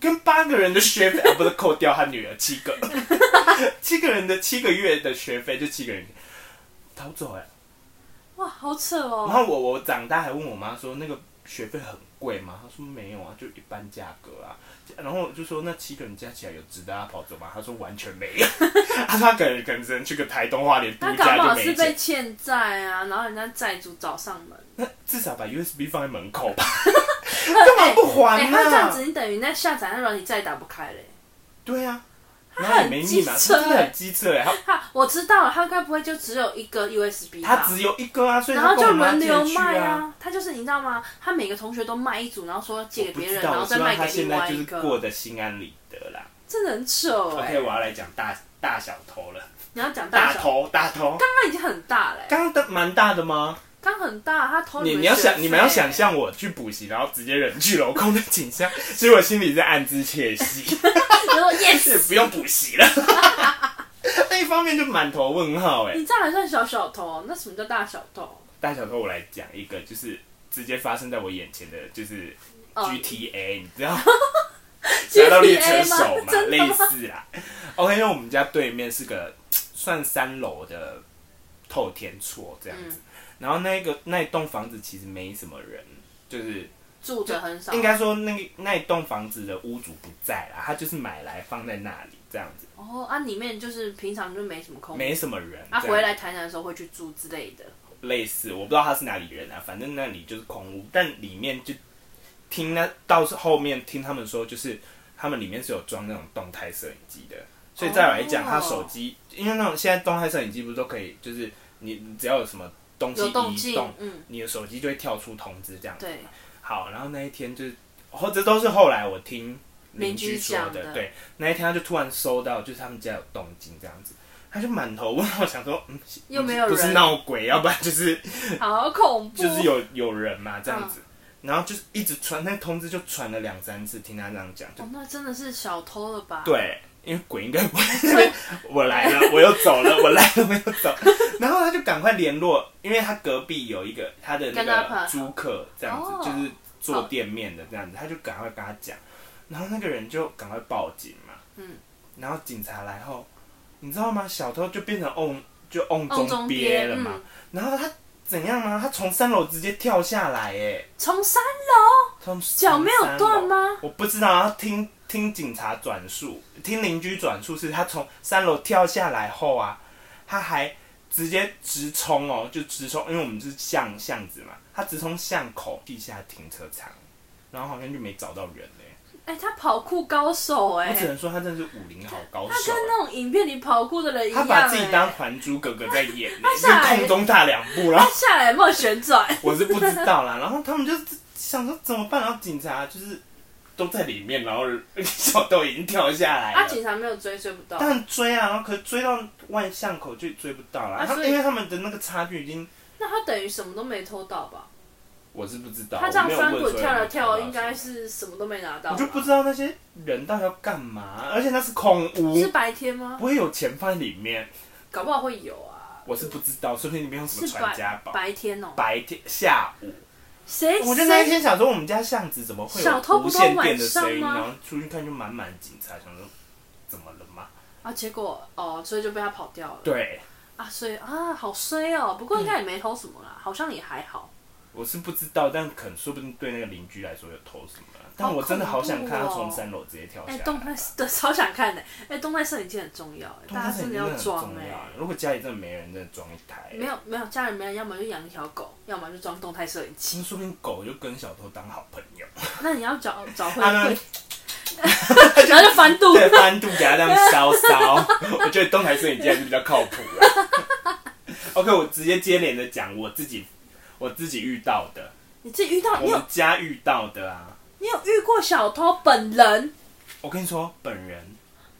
Speaker 1: 跟八个人的学费，啊、不是扣掉他女儿七个， 七个人的七个月的学费就七个人逃走哎、
Speaker 2: 哇，好扯
Speaker 1: 然
Speaker 2: 哦！
Speaker 1: 后我我长大还问我妈说那个学费很贵吗？她说没有啊，就一般价格啊。然后我就说那七个人加起来有值得他跑走吗？她说完全没有， 啊她说她可能可能只能去个台东花莲度
Speaker 2: 他搞
Speaker 1: 假
Speaker 2: 不
Speaker 1: 就
Speaker 2: 好
Speaker 1: 没
Speaker 2: 是被
Speaker 1: 钱，
Speaker 2: 欠债啊，然后人家债主找上门。
Speaker 1: 那至少把 USB 放在门口 吧，干嘛不
Speaker 2: 哎、
Speaker 1: 还呢、啊
Speaker 2: 他这样子，你等于那下载那软体再也打不开嘞、
Speaker 1: 对啊，然后也没密码，
Speaker 2: 很
Speaker 1: 她
Speaker 2: 机车欸
Speaker 1: 真的很机车哎、她
Speaker 2: 他我知道了，他该不会就只有一个 USB 吧？
Speaker 1: 他只有一个啊，所以
Speaker 2: 然
Speaker 1: 他
Speaker 2: 后
Speaker 1: 跟
Speaker 2: 就
Speaker 1: 我妈
Speaker 2: 轮
Speaker 1: 借
Speaker 2: 流
Speaker 1: 去
Speaker 2: 卖
Speaker 1: 啊。
Speaker 2: 啊，他就是你知道吗？他每个同学都卖一组，然后说借给
Speaker 1: 不
Speaker 2: 别
Speaker 1: 知
Speaker 2: 人，
Speaker 1: 道，
Speaker 2: 然后
Speaker 1: 我
Speaker 2: 再
Speaker 1: 希望
Speaker 2: 卖
Speaker 1: 他
Speaker 2: 给
Speaker 1: 现
Speaker 2: 另
Speaker 1: 在
Speaker 2: 外
Speaker 1: 就
Speaker 2: 一
Speaker 1: 是过
Speaker 2: 个，
Speaker 1: 得心安理得啦。
Speaker 2: 真的很丑哎、
Speaker 1: OK，我要来讲大大小偷了，
Speaker 2: 你要讲
Speaker 1: 大
Speaker 2: 小，
Speaker 1: 头大头，
Speaker 2: 刚刚已经很大嘞、
Speaker 1: 刚刚的蛮大的吗？
Speaker 2: 刚很大，他偷
Speaker 1: 你
Speaker 2: 哦们
Speaker 1: 你要
Speaker 2: 学
Speaker 1: 想，你们要
Speaker 2: 费
Speaker 1: 想象我去补习，然后直接人去楼空的景象，所以我心里在暗自窃 喜，
Speaker 2: 然后
Speaker 1: 是
Speaker 2: yes，
Speaker 1: 不用补习了。 那一方面就满头问号哎、
Speaker 2: 你这样还算小小偷？那什么叫大小偷？
Speaker 1: 大小偷，我来讲一个，就是直接发生在我眼前的，就是
Speaker 2: 哦
Speaker 1: GTA，、你知 道吗？侠盗猎车手嘛，
Speaker 2: 真的
Speaker 1: 类
Speaker 2: 吗
Speaker 1: 似啦。OK，因为我们家对面是个算三楼的透天厝这样子，
Speaker 2: 嗯
Speaker 1: 然后那个那一栋房子其实没什么人，就是
Speaker 2: 住着很少，
Speaker 1: 应该说那个那一栋房子的屋主不在啦，他就是买来放在那里这样子，
Speaker 2: 哦啊，里面就是平常就没什么空间，
Speaker 1: 没什么人。
Speaker 2: 啊
Speaker 1: 这样
Speaker 2: 回来台南的时候会去住之类的。
Speaker 1: 类似，我不知道他是哪里人啊，反正那里就是空屋，但里面就听那到后面听他们说，就是他们里面是有装那种动态摄影机的，所以再来讲，
Speaker 2: 哦
Speaker 1: 他手机，因为那种现在动态摄影机不是都可以，就是你你只要有什么东西
Speaker 2: 有动
Speaker 1: 移
Speaker 2: 静
Speaker 1: 动，，
Speaker 2: 嗯，
Speaker 1: 你的手机就会跳出通知这样子。
Speaker 2: 对，
Speaker 1: 好，然后那一天就是，哦，这都是后来我听邻居说
Speaker 2: 邻居讲的
Speaker 1: 对，那一天他就突然收到，就是他们家有动静这样子。他就满头问号，想说，嗯，
Speaker 2: 又没有
Speaker 1: 不是
Speaker 2: 人，
Speaker 1: 闹鬼，要不然就是
Speaker 2: 好恐怖，嗯
Speaker 1: 就是有有人嘛这样子，然后就是一直传那通知就传了两三次，听他这样讲，就
Speaker 2: 哦，那真的是小偷了吧？，
Speaker 1: 对，因为鬼应该不会在那边，我来了，我又走了，我来了，我又走，然后他就赶快联络，因为他隔壁有一个他的那
Speaker 2: 跟他朋
Speaker 1: 个
Speaker 2: 友
Speaker 1: 租客这样
Speaker 2: 哦
Speaker 1: 子，就是做店面的这样子，他就赶快跟他讲，然后那个人就赶快报警嘛，
Speaker 2: 嗯，
Speaker 1: 然后警察来后，你知道吗？小偷就变成瓮就瓮
Speaker 2: 瓮
Speaker 1: 中
Speaker 2: 中
Speaker 1: 鳖
Speaker 2: 鳖
Speaker 1: 了嘛
Speaker 2: 嗯，
Speaker 1: 然后他怎样吗？他从三楼直接跳下来，哎。
Speaker 2: 从三楼
Speaker 1: 从
Speaker 2: 脚没有断？吗？
Speaker 1: 我不知道，他听听警察转述，听邻居转述是他从三楼跳下来后啊，他还直接直冲哦，就直冲，因为我们是巷巷子嘛，他直冲巷口地下停车场，然后好像就没找到人嘞、
Speaker 2: 哎、他跑酷高手哎、
Speaker 1: 我只能说他真的是武林好高
Speaker 2: 他
Speaker 1: 手、啊
Speaker 2: 跟那种影片里跑酷的人一
Speaker 1: 他
Speaker 2: 样、
Speaker 1: 把自己
Speaker 2: 哎
Speaker 1: 当《还珠格格》在演、欸，
Speaker 2: 下来
Speaker 1: 就空中踏两步，然后
Speaker 2: 他下来有没有旋转？
Speaker 1: 我 是不知道啦。然后他们就想说怎么办，然后警察就是都在里面，然后小豆已经跳下来了。
Speaker 2: 啊，警察没有追，追不到。
Speaker 1: 当然追啊，然后可是追到万巷口就追不到了。
Speaker 2: 啊
Speaker 1: 他
Speaker 2: 所以
Speaker 1: 因为他们的那个差距已经，
Speaker 2: 那他等于什么都没偷到吧？
Speaker 1: 我是不知道，
Speaker 2: 他这样
Speaker 1: 啊我没有
Speaker 2: 翻
Speaker 1: 问
Speaker 2: 滚
Speaker 1: 说
Speaker 2: 跳
Speaker 1: 有没
Speaker 2: 来
Speaker 1: 有看到
Speaker 2: 跳，
Speaker 1: 什么
Speaker 2: 应该是什么都没拿到吧。
Speaker 1: 我就不知道那些人到底要干嘛，而且那是空屋
Speaker 2: 是，白天吗
Speaker 1: 不？会有钱放在里面，
Speaker 2: 搞不好会有啊。
Speaker 1: 我是不知道，说不定里面有什么
Speaker 2: 是
Speaker 1: 传家宝。
Speaker 2: 白白天哦、
Speaker 1: 白天下午，
Speaker 2: 谁？
Speaker 1: 我就那一
Speaker 2: 谁
Speaker 1: 天想说，我们家巷子怎么会
Speaker 2: 小
Speaker 1: 有
Speaker 2: 偷
Speaker 1: 无
Speaker 2: 不都
Speaker 1: 线电的
Speaker 2: 晚上
Speaker 1: 声音？
Speaker 2: 吗
Speaker 1: 然后出去看就满满警察，想说怎么了吗？
Speaker 2: 啊，结果哦，所以就被他跑掉了。
Speaker 1: 对，
Speaker 2: 啊，所以啊，好衰哦、不过应该也没偷什么
Speaker 1: 嗯
Speaker 2: 啦，好像也还好。
Speaker 1: 我是不知道，但可能说不定对那个邻居来说有偷什么啦。但我真的好想看他从三楼直接跳下
Speaker 2: 哦哎、
Speaker 1: 来。
Speaker 2: 动态对，超想看的、哎、动态摄影机很重要、哎，
Speaker 1: 动
Speaker 2: 大
Speaker 1: 态
Speaker 2: 家
Speaker 1: 摄影
Speaker 2: 真
Speaker 1: 机真
Speaker 2: 的要
Speaker 1: 的很
Speaker 2: 装
Speaker 1: 重
Speaker 2: 哎、
Speaker 1: 要。啊如果家里真的没人，真的装一台。
Speaker 2: 没，有没有，家里没人，要么就养一条狗，要么就装动态摄影
Speaker 1: 其
Speaker 2: 机。
Speaker 1: 实说不定狗就跟小偷当好朋友，
Speaker 2: 那你要找找回
Speaker 1: 他呢
Speaker 2: 馈， 然后就翻肚
Speaker 1: 啊对，翻肚给它这样烧烧。 我觉得东台摄影机还是比较靠谱啦。OK，我 直接接连的讲我自己，我自己遇到的，
Speaker 2: 你自己遇到，
Speaker 1: 我
Speaker 2: 你有
Speaker 1: 们家遇到的啊。
Speaker 2: 你有遇过小偷本人？
Speaker 1: 我跟你说，本人，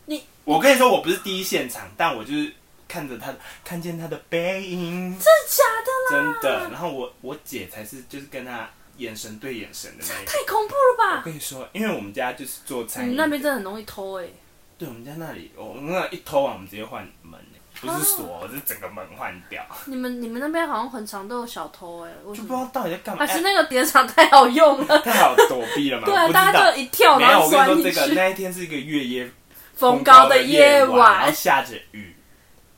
Speaker 2: 你
Speaker 1: 我跟你说，我不是第一现场，但我就是看着他，看见他的背影，
Speaker 2: 真的假的啦？
Speaker 1: 真的。然后我我姐才是就是跟他眼神对眼神的那一种。
Speaker 2: 太恐怖了
Speaker 1: 我
Speaker 2: 吧！
Speaker 1: 跟你说，因为我们家就是做餐
Speaker 2: 你
Speaker 1: 饮，
Speaker 2: 那边真的很容易偷哎、
Speaker 1: 对我们家那里，我那一偷完，我们直接换门。欸不是锁，是整个门换掉，
Speaker 2: 你们你们那边好像很常都有小偷哎、为
Speaker 1: 就
Speaker 2: 什
Speaker 1: 不知
Speaker 2: 么？
Speaker 1: 道到底在干嘛。
Speaker 2: 啊还是
Speaker 1: 哎
Speaker 2: 那个碟场太好用 了，
Speaker 1: 太好躲避了嘛？
Speaker 2: 对
Speaker 1: 我
Speaker 2: 啊，
Speaker 1: 不
Speaker 2: 大
Speaker 1: 知
Speaker 2: 家
Speaker 1: 道。
Speaker 2: 就一跳
Speaker 1: 没
Speaker 2: 然
Speaker 1: 有，
Speaker 2: 后
Speaker 1: 我跟
Speaker 2: 钻
Speaker 1: 你说，
Speaker 2: 进
Speaker 1: 这个
Speaker 2: 去。
Speaker 1: 那一天是一个月夜
Speaker 2: 风
Speaker 1: 高
Speaker 2: 高的
Speaker 1: 夜
Speaker 2: 晚，
Speaker 1: 然后下着雨，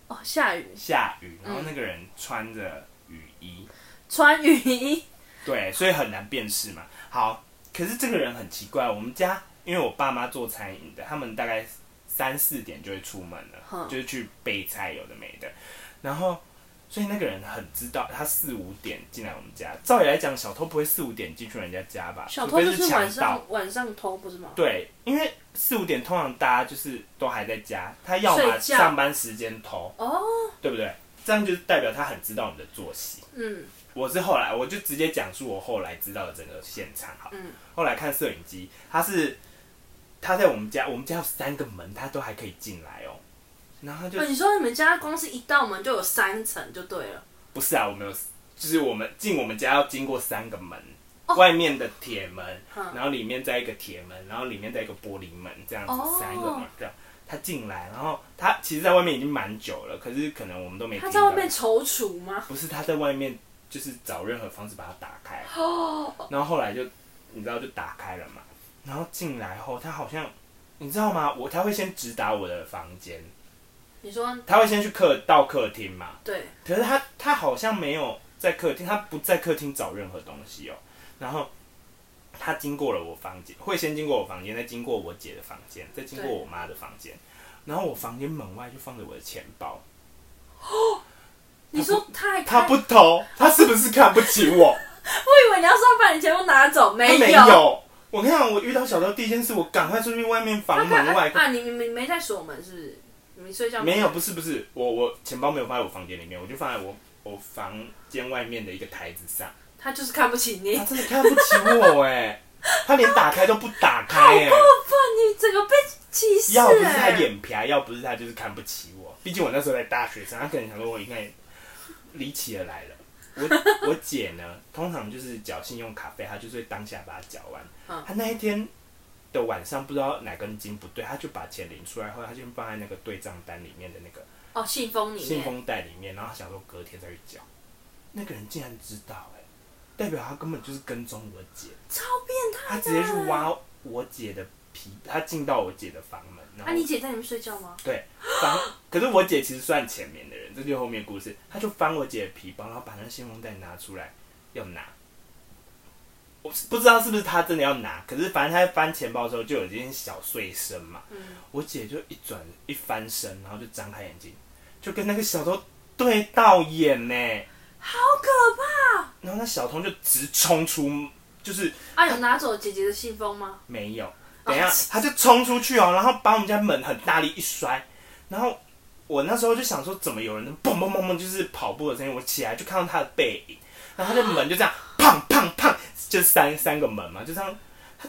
Speaker 2: 哦，下 雨，
Speaker 1: 下雨，然后那个人穿着雨衣，
Speaker 2: 穿雨衣，
Speaker 1: 对，所以很难辨识嘛。好，可是这个人很奇怪，我们家因为我爸妈做餐饮的，他们大概三四点就会出门了
Speaker 2: 哼，
Speaker 1: 就是去备菜，有的没的。然后，所以那个人很知道，他四五点进来我们家。照理来讲，小偷不会四五点进去人家家吧？
Speaker 2: 小
Speaker 1: 除
Speaker 2: 偷
Speaker 1: 非
Speaker 2: 就是晚
Speaker 1: 强盗。
Speaker 2: 上晚上偷不是吗？
Speaker 1: 对，因为四五点通常大家就是都还在家，他要么
Speaker 2: 睡觉
Speaker 1: 上班时间偷，
Speaker 2: 哦，
Speaker 1: 对不对？这样就是代表他很知道我们的作息。
Speaker 2: 嗯
Speaker 1: 我是后来，我就直接讲述我后来知道的整个现场好了。
Speaker 2: 嗯，
Speaker 1: 后来看摄影机，他是他在我们家，我们家有三个门，他都还可以进来哦。然后他就、
Speaker 2: 哦，你说你们家光是一道门就有三层就对了，
Speaker 1: 不是啊，我们有，就是我们进我们家要经过三个门，
Speaker 2: 哦
Speaker 1: 外面的铁门，
Speaker 2: 嗯
Speaker 1: 然后里面再一个铁门，然后里面再一个玻璃门，这样子、
Speaker 2: 哦
Speaker 1: 三个门这样。他进来，然后他其实在外面已经蛮久了，可是可能我们都没
Speaker 2: 他
Speaker 1: 听
Speaker 2: 在
Speaker 1: 到
Speaker 2: 外面踌躇吗？
Speaker 1: 不是他在外面，就是找任何方式把它打开。然后后来就你知道就打开了嘛，然后进来后他好像你知道吗？我他会先直达我的房间，
Speaker 2: 你说
Speaker 1: 他会先去客到客厅嘛。
Speaker 2: 对，
Speaker 1: 可是他他好像没有在客厅，他不在客厅找任何东西哦。然后他经过了我房间，会先经过我房间，再经过我姐的房间，再经过
Speaker 2: 对
Speaker 1: 我妈的房间。然后我房间门外就放着我的钱包，
Speaker 2: 你说他还
Speaker 1: 他
Speaker 2: 开
Speaker 1: 不偷，他是不是看不起我？
Speaker 2: 我以为你要说把你全部拿走，
Speaker 1: 他
Speaker 2: 有，
Speaker 1: 没有。我跟你讲，我遇到小偷第一件事，我赶快出去外面
Speaker 2: 他
Speaker 1: 房
Speaker 2: 看
Speaker 1: 门外。
Speaker 2: 啊，你你你没在锁门是不是？你睡觉
Speaker 1: 没有，？不是不是，我我钱包没有放在我房间里面，我就放在我我房间外面的一个台子上。
Speaker 2: 他就是看不起你，
Speaker 1: 他
Speaker 2: 哇，
Speaker 1: 真的看不起我哎、他连打开都不打开哎、
Speaker 2: 你整个被歧视、欸。
Speaker 1: 要不是他眼皮，啊要不是他就是看不起我。毕竟我那时候在大学生，他可能想说我应该离奇的来了。 我我姐呢，通常就是缴信用卡费，她就是会当下把它缴完。
Speaker 2: 嗯
Speaker 1: 她那一天的晚上不知道哪根筋不对，她就把钱领出来后，她就放在那个对账单里面的那个
Speaker 2: 哦，信封里面，
Speaker 1: 信封袋里面，然后想说隔天再去缴。那个人竟然知道、哎，代表他根本就是跟踪我姐，
Speaker 2: 超变态
Speaker 1: 他
Speaker 2: 的。
Speaker 1: 直接去挖我姐的皮，他进到我姐的房门，然
Speaker 2: 啊，
Speaker 1: 后
Speaker 2: 你姐在里面睡觉吗？
Speaker 1: 对，翻。可是我姐其实算前面的人，这就是后面故事。她就翻我姐的皮包，然后把那个信封袋拿出来要拿。我是不知道是不是她真的要拿，可是反正她在翻钱包的时候就有一点小碎声嘛。
Speaker 2: 嗯，
Speaker 1: 我姐就一转一翻身，然后就张开眼睛，就跟那个小偷对到眼呢。
Speaker 2: 好可怕！
Speaker 1: 然后那小偷就直冲出，就是
Speaker 2: 啊，有拿走姐姐的信封 吗？
Speaker 1: 没有。等一下，他就冲出去哦，然后把我们家门很大力一摔，然后我那时候就想说，怎么有人能砰砰砰砰，就是跑步的声音，我起来就看到他的背影，然后他的门就这样砰砰砰，就三三个门嘛，就这样。他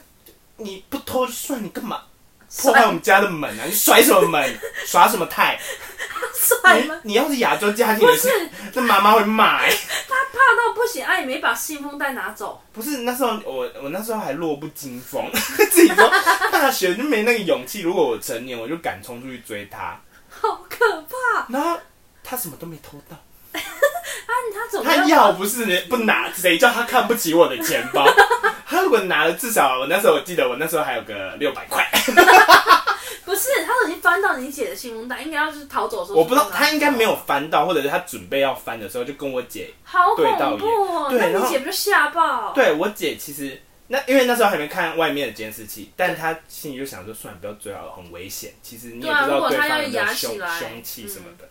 Speaker 1: 你不偷就算，你干嘛破坏我们家的门啊？你甩什么 门？耍什么态？
Speaker 2: 算
Speaker 1: 你
Speaker 2: 了，
Speaker 1: 你要是亚洲家庭
Speaker 2: 啊不
Speaker 1: 的
Speaker 2: 是
Speaker 1: 事，那妈妈会骂、欸。
Speaker 2: 他怕到不行，啊，也没把信封袋拿走。
Speaker 1: 不是那时候我我那时候还弱不禁风， 自己说大学就没那个勇气。如果我成年，我就敢冲出去追他。
Speaker 2: 好可怕！
Speaker 1: 然后他什么都没偷到，
Speaker 2: 啊，他怎么
Speaker 1: 他
Speaker 2: 样？
Speaker 1: 要不是不拿，谁叫他看不起我的钱包？ 他如果拿了，至少我那时候我记得我那时候还有个六百块，
Speaker 2: 不是，他已经翻到你姐的信封袋，应该要是逃走的时候。
Speaker 1: 我不知道他应该没有。翻到，或者是他准备要翻的时候就跟我姐，
Speaker 2: 好恐
Speaker 1: 对到
Speaker 2: 怖哦！
Speaker 1: 眼对
Speaker 2: 那
Speaker 1: 然
Speaker 2: 你
Speaker 1: 后
Speaker 2: 姐不就吓爆？
Speaker 1: 对我姐其实。那因为那时候还没看外面的监视器，但他心里就想说，算了，不要追了，很危险。其实你也
Speaker 2: 对
Speaker 1: 不
Speaker 2: 啊，
Speaker 1: 知
Speaker 2: 如
Speaker 1: 道
Speaker 2: 果
Speaker 1: 对
Speaker 2: 他
Speaker 1: 方
Speaker 2: 要
Speaker 1: 有没有
Speaker 2: 压
Speaker 1: 凶
Speaker 2: 起来，
Speaker 1: 凶器什么的。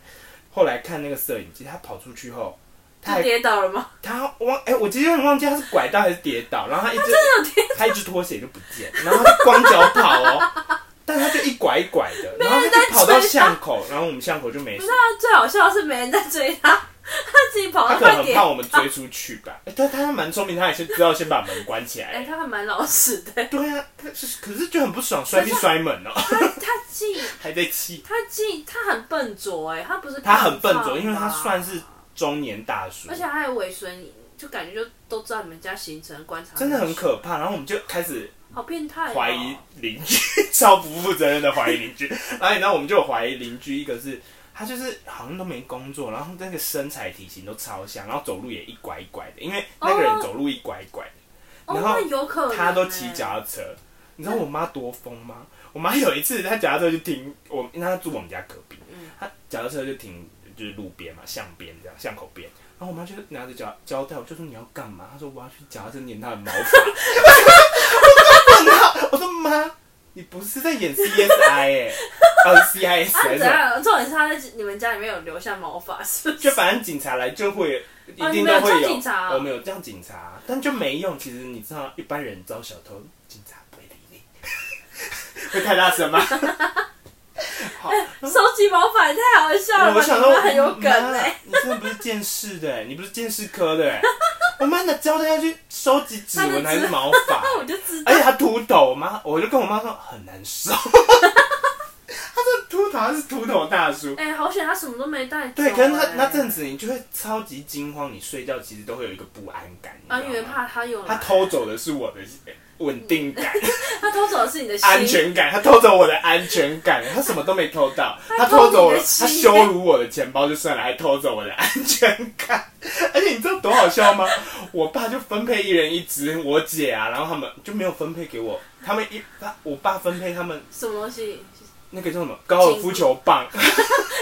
Speaker 1: 后来看那个摄影机，他跑出去后，他
Speaker 2: 嗯，
Speaker 1: 还
Speaker 2: 就跌倒了吗？
Speaker 1: 他忘哎、我其实有点忘记他是拐到还是跌倒，然后他一只
Speaker 2: 真的有跌，
Speaker 1: 他一只拖鞋就不见，然后他就光脚跑哦，但他就一拐一拐的，然后他就跑到巷口，然后我们巷口就没
Speaker 2: 不
Speaker 1: 事
Speaker 2: 是，啊！最好笑的是没人在追他，他自己跑
Speaker 1: 他
Speaker 2: 到
Speaker 1: 可能
Speaker 2: 快
Speaker 1: 很
Speaker 2: 点。
Speaker 1: 怕我们追出去吧，哎但他还蛮聪明，他也是知道先把门关起
Speaker 2: 哎，
Speaker 1: 来。
Speaker 2: 他还蛮老实的，
Speaker 1: 对啊，他是可是就很不爽，摔屁摔门哦，
Speaker 2: 他他既
Speaker 1: 还在气。
Speaker 2: 他既他很笨拙哎，他不是
Speaker 1: 他很笨
Speaker 2: 胖
Speaker 1: 拙，
Speaker 2: 吧
Speaker 1: 因为他算是中年大叔
Speaker 2: 而，且还有尾随你，就感觉就都知道你们家行程观察，
Speaker 1: 真的很可怕。然后我们就开始
Speaker 2: 好变态哦，
Speaker 1: 怀 哎疑邻居，超不负责任的怀疑邻居。然后你知道我们就有怀疑邻居，一个是他就是好像都没工作，然后那个身材体型都超像，然后走路也一拐一拐的，因为那个人
Speaker 2: 哦
Speaker 1: 走路一拐一拐的。
Speaker 2: 哦，
Speaker 1: 然后
Speaker 2: 那有可能、欸。
Speaker 1: 他都骑脚踏车。你知道我妈多疯吗？我妈有一次，她脚踏车就停我，因为她住我们家隔壁，她脚踏车就停就是路边嘛，巷边这样，巷口边。然后我妈就拿着胶胶带，我就说你要干嘛？她说我要去脚踏车粘她的毛发。我说妈，你不是在演 CSI 哎、哦 CIS
Speaker 2: 啊，
Speaker 1: 还是
Speaker 2: 怎
Speaker 1: 什么？
Speaker 2: 样？重点是他在你们家里面有留下毛发，是不？
Speaker 1: 就是反正警察来就会
Speaker 2: 哦
Speaker 1: 一
Speaker 2: 你
Speaker 1: 定
Speaker 2: 们
Speaker 1: 都
Speaker 2: 有
Speaker 1: 会
Speaker 2: 叫警察哦
Speaker 1: 我们有叫警察，但就没用。其实你知道，一般人招小偷，警察不会理你， 会太大 声吗？好，
Speaker 2: 收集毛发也太好笑了吧！
Speaker 1: 我想
Speaker 2: 你
Speaker 1: 说
Speaker 2: 们很有梗哎、
Speaker 1: 妈你真的不是见识的欸，你不是见识科的欸，我妈拿胶带要去收集指纹还是毛发欸
Speaker 2: 那我就知道
Speaker 1: 而且他秃头，我妈我就跟我妈说很难 受，他这秃头他是秃头大叔，
Speaker 2: 哎、好险他什么都没带走、
Speaker 1: 对，可是他
Speaker 2: 哎
Speaker 1: 那阵子你就会超级惊慌，你睡觉其实都会有一个不安感，你知道
Speaker 2: 啊，
Speaker 1: 吗
Speaker 2: 因为怕嗯他有
Speaker 1: 他
Speaker 2: 来
Speaker 1: 偷，走的是我的稳定感、
Speaker 2: 他偷走的是你的心
Speaker 1: 安。全感，他偷走我的安全感，他什么都没偷到，他偷走我，他
Speaker 2: 他
Speaker 1: 羞
Speaker 2: 偷
Speaker 1: 辱我的钱包就算了，还偷走我的安全感，而且你知道多好笑吗？我爸就分配一人一只，我姐啊，然后他们就没有分配给我，他们一他我爸分配他们
Speaker 2: 什么东西？
Speaker 1: 那个叫什么高尔夫球棒，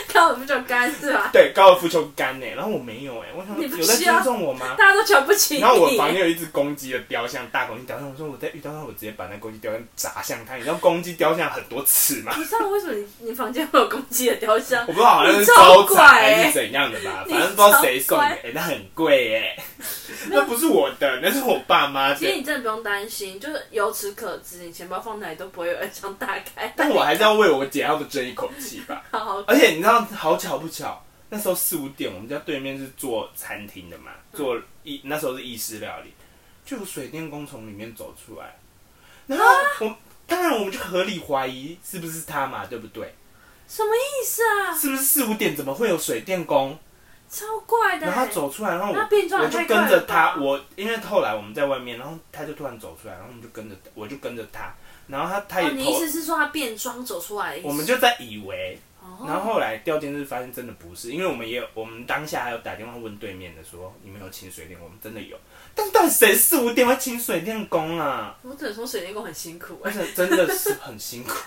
Speaker 2: 看我们就干是吧？
Speaker 1: 对，高尔夫球杆呢、然后我没有哎、我想说
Speaker 2: 你不
Speaker 1: 有在
Speaker 2: 需要
Speaker 1: 尊重我吗？
Speaker 2: 大家都瞧不 起你。
Speaker 1: 然后我房间有一只公鸡的雕像，大公鸡雕像。我说我在遇到它，我直接把那公鸡雕像砸向它。你知道公鸡雕像很多刺吗？
Speaker 2: 不知道为什么你你房间会有公鸡的雕像
Speaker 1: 我？不知道好像是
Speaker 2: 你超
Speaker 1: 招
Speaker 2: 怪
Speaker 1: 财还
Speaker 2: 欸
Speaker 1: 是怎样的吧，
Speaker 2: 你
Speaker 1: 反正不知道
Speaker 2: 超
Speaker 1: 谁送的、
Speaker 2: 怪
Speaker 1: 欸，那很贵哎、 那不是我的，那是我爸妈
Speaker 2: 其实
Speaker 1: 的。
Speaker 2: 你真的不用担心，就是由此可知，你钱包放哪里都不会有人想打开。
Speaker 1: 但我还是要为我姐他们争一口气吧。
Speaker 2: 好 好
Speaker 1: 而且你知道，好巧不巧，那时候四五点，我们家对面是做餐厅的嘛，
Speaker 2: 嗯
Speaker 1: 做意那时候是意式料理，就有水电工从里面走出来，然后
Speaker 2: 啊
Speaker 1: 我、当然我们就合理怀疑是不是他嘛，对不对？
Speaker 2: 什么意思啊？
Speaker 1: 是不是四五点怎么会有水电工？
Speaker 2: 超怪的、欸。
Speaker 1: 然后他走出来，然后我
Speaker 2: 那变装
Speaker 1: 我
Speaker 2: 也
Speaker 1: 就
Speaker 2: 太
Speaker 1: 跟
Speaker 2: 快
Speaker 1: 着
Speaker 2: 了
Speaker 1: 他，
Speaker 2: 吧
Speaker 1: 我因为后来我们在外面，然后他就突然走出来，然后我们就跟着，我就跟着他，然后他他也
Speaker 2: 哦，你意
Speaker 1: 头，
Speaker 2: 思是说他变装走出来的意思？
Speaker 1: 我们就在以为，
Speaker 2: 哦，
Speaker 1: 然后后来调监视发现真的不是，因为我们也有，我们当下还有打电话问对面的说你们有清水电，我们真的有，但到底谁四五点会清水电工啊？
Speaker 2: 我只能说水电工很辛苦
Speaker 1: 而
Speaker 2: 哎、
Speaker 1: 且真的是很辛苦。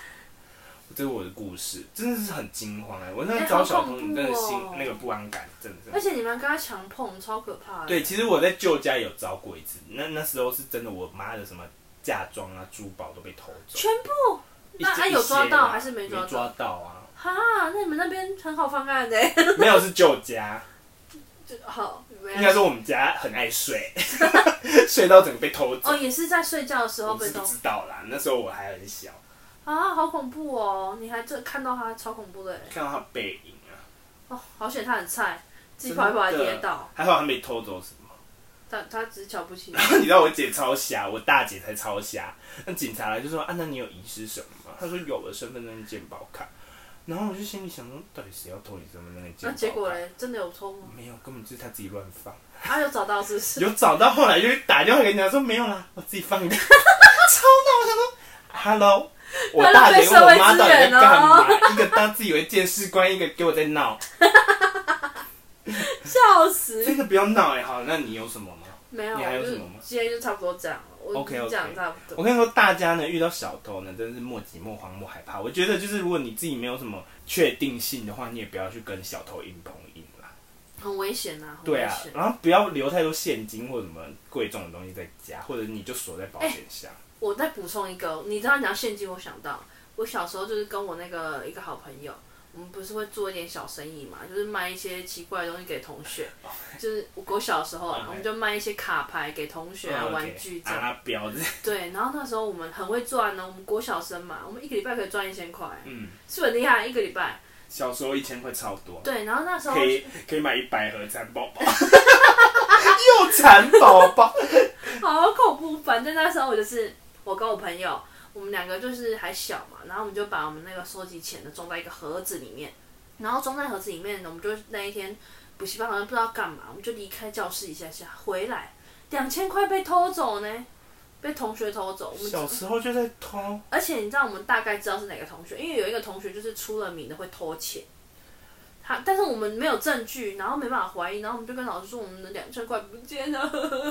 Speaker 1: 这是我的故事，真的是很惊慌哎、我那
Speaker 2: 哎
Speaker 1: 找
Speaker 2: 好
Speaker 1: 小
Speaker 2: 恐
Speaker 1: 偷，你
Speaker 2: 怖
Speaker 1: 真的心、
Speaker 2: 哦
Speaker 1: 那个不安感，真的是。
Speaker 2: 而且你们跟他强碰，超可怕的。
Speaker 1: 对，，其实我在旧家有遭过一次，那那时候是真的，我妈的什么嫁妆啊、珠宝都被偷走。
Speaker 2: 全部
Speaker 1: 一
Speaker 2: 那
Speaker 1: 些
Speaker 2: 啊有抓
Speaker 1: 一些啦
Speaker 2: 到还是没
Speaker 1: 没
Speaker 2: 抓到
Speaker 1: 到啊？
Speaker 2: 哈，那你们那边很好放案的、欸
Speaker 1: 没有是旧家，
Speaker 2: 就好，没
Speaker 1: 应该说我们家很爱 睡，睡到整个被偷走。
Speaker 2: 哦，也是在睡觉的时候
Speaker 1: 我
Speaker 2: 被
Speaker 1: 是不
Speaker 2: 偷
Speaker 1: 知道啦，那时候我还很小，
Speaker 2: 啊，好恐怖哦！你还这看到他，超恐怖的哎。
Speaker 1: 看到他背影啊，
Speaker 2: 哦，好险他很菜，自己跑一跑还
Speaker 1: 真的
Speaker 2: 跌倒，
Speaker 1: 还好他没偷走什么。
Speaker 2: 他他只是瞧不起你。
Speaker 1: 你知道我姐超瞎，我大姐才超瞎。那警察来就说：“啊，那你有遗失什么吗？”她说：“有我的身份证跟健保卡。”然后我就心里想说，到底谁要偷你身份证跟健保
Speaker 2: 那
Speaker 1: 卡？
Speaker 2: 结果嘞，真的有偷吗？
Speaker 1: 没有，根本就是他自己乱放。
Speaker 2: 啊，有找到是不是？
Speaker 1: 有找到，后来就打电话给人家说没有啦，我自己 放的。超闹，我想说，Hello，我大姐跟我妈到底在干嘛？
Speaker 2: 哦
Speaker 1: 一个当自以为见识官，一个给我在闹，
Speaker 2: 笑死！
Speaker 1: 真的不要闹哎、好，那你有什么吗？
Speaker 2: 没有，
Speaker 1: 你还有
Speaker 2: 就
Speaker 1: 什
Speaker 2: 是
Speaker 1: 么吗
Speaker 2: 今天就差不多这样了。我
Speaker 1: OK，OK
Speaker 2: 这样差不
Speaker 1: 我
Speaker 2: 多。
Speaker 1: 跟你说，大家呢遇到小偷呢，真的是莫急莫慌莫害怕。我觉得就是如果你自己没有什么确定性的话，你也不要去跟小偷硬碰硬啦。
Speaker 2: 很危险呐，很
Speaker 1: 对
Speaker 2: 危
Speaker 1: 啊
Speaker 2: 险，。
Speaker 1: 然后不要留太多现金或者什么贵重的东西在家，或者你就锁在保险箱。
Speaker 2: 我再补充一个，你知道你讲现金，我想到我小时候就是跟我那个一个好朋友，我们不是会做一点小生意嘛，就是卖一些奇怪的东西给同学，就是我我小时候啊
Speaker 1: 哦 OK
Speaker 2: 我们就卖一些卡牌给同学
Speaker 1: 嗯
Speaker 2: 啊、
Speaker 1: ，OK，
Speaker 2: 玩具这样。
Speaker 1: 啊，表子，
Speaker 2: 对，然后那时候我们很会赚呢，我们国小生嘛，我们一个礼拜可以赚一千块，
Speaker 1: 嗯，
Speaker 2: 是不是很厉害，一个礼拜。
Speaker 1: 小时候一千块超多，
Speaker 2: 对，然后那时候
Speaker 1: 可以可以买一百盒蚕宝 宝，又蚕宝宝，
Speaker 2: 好恐怖！反正那时候我就是我跟我朋友，我们两个就是还小嘛，然后我们就把我们那个收集钱的装在一个盒子里面，然后装在盒子里面，我们就那一天补习班好像不知道干嘛，我们就离开教室一下下，回来两千块被偷走呢，被同学偷走。 我
Speaker 1: 小
Speaker 2: 们
Speaker 1: 时候就在偷，
Speaker 2: 而且你知道我们大概知道是哪个同学，因为有一个同学就是出了名的会偷钱，他，但是我们没有证据，然后没办法怀疑，然后我们就跟老师说我们的两千块不见了，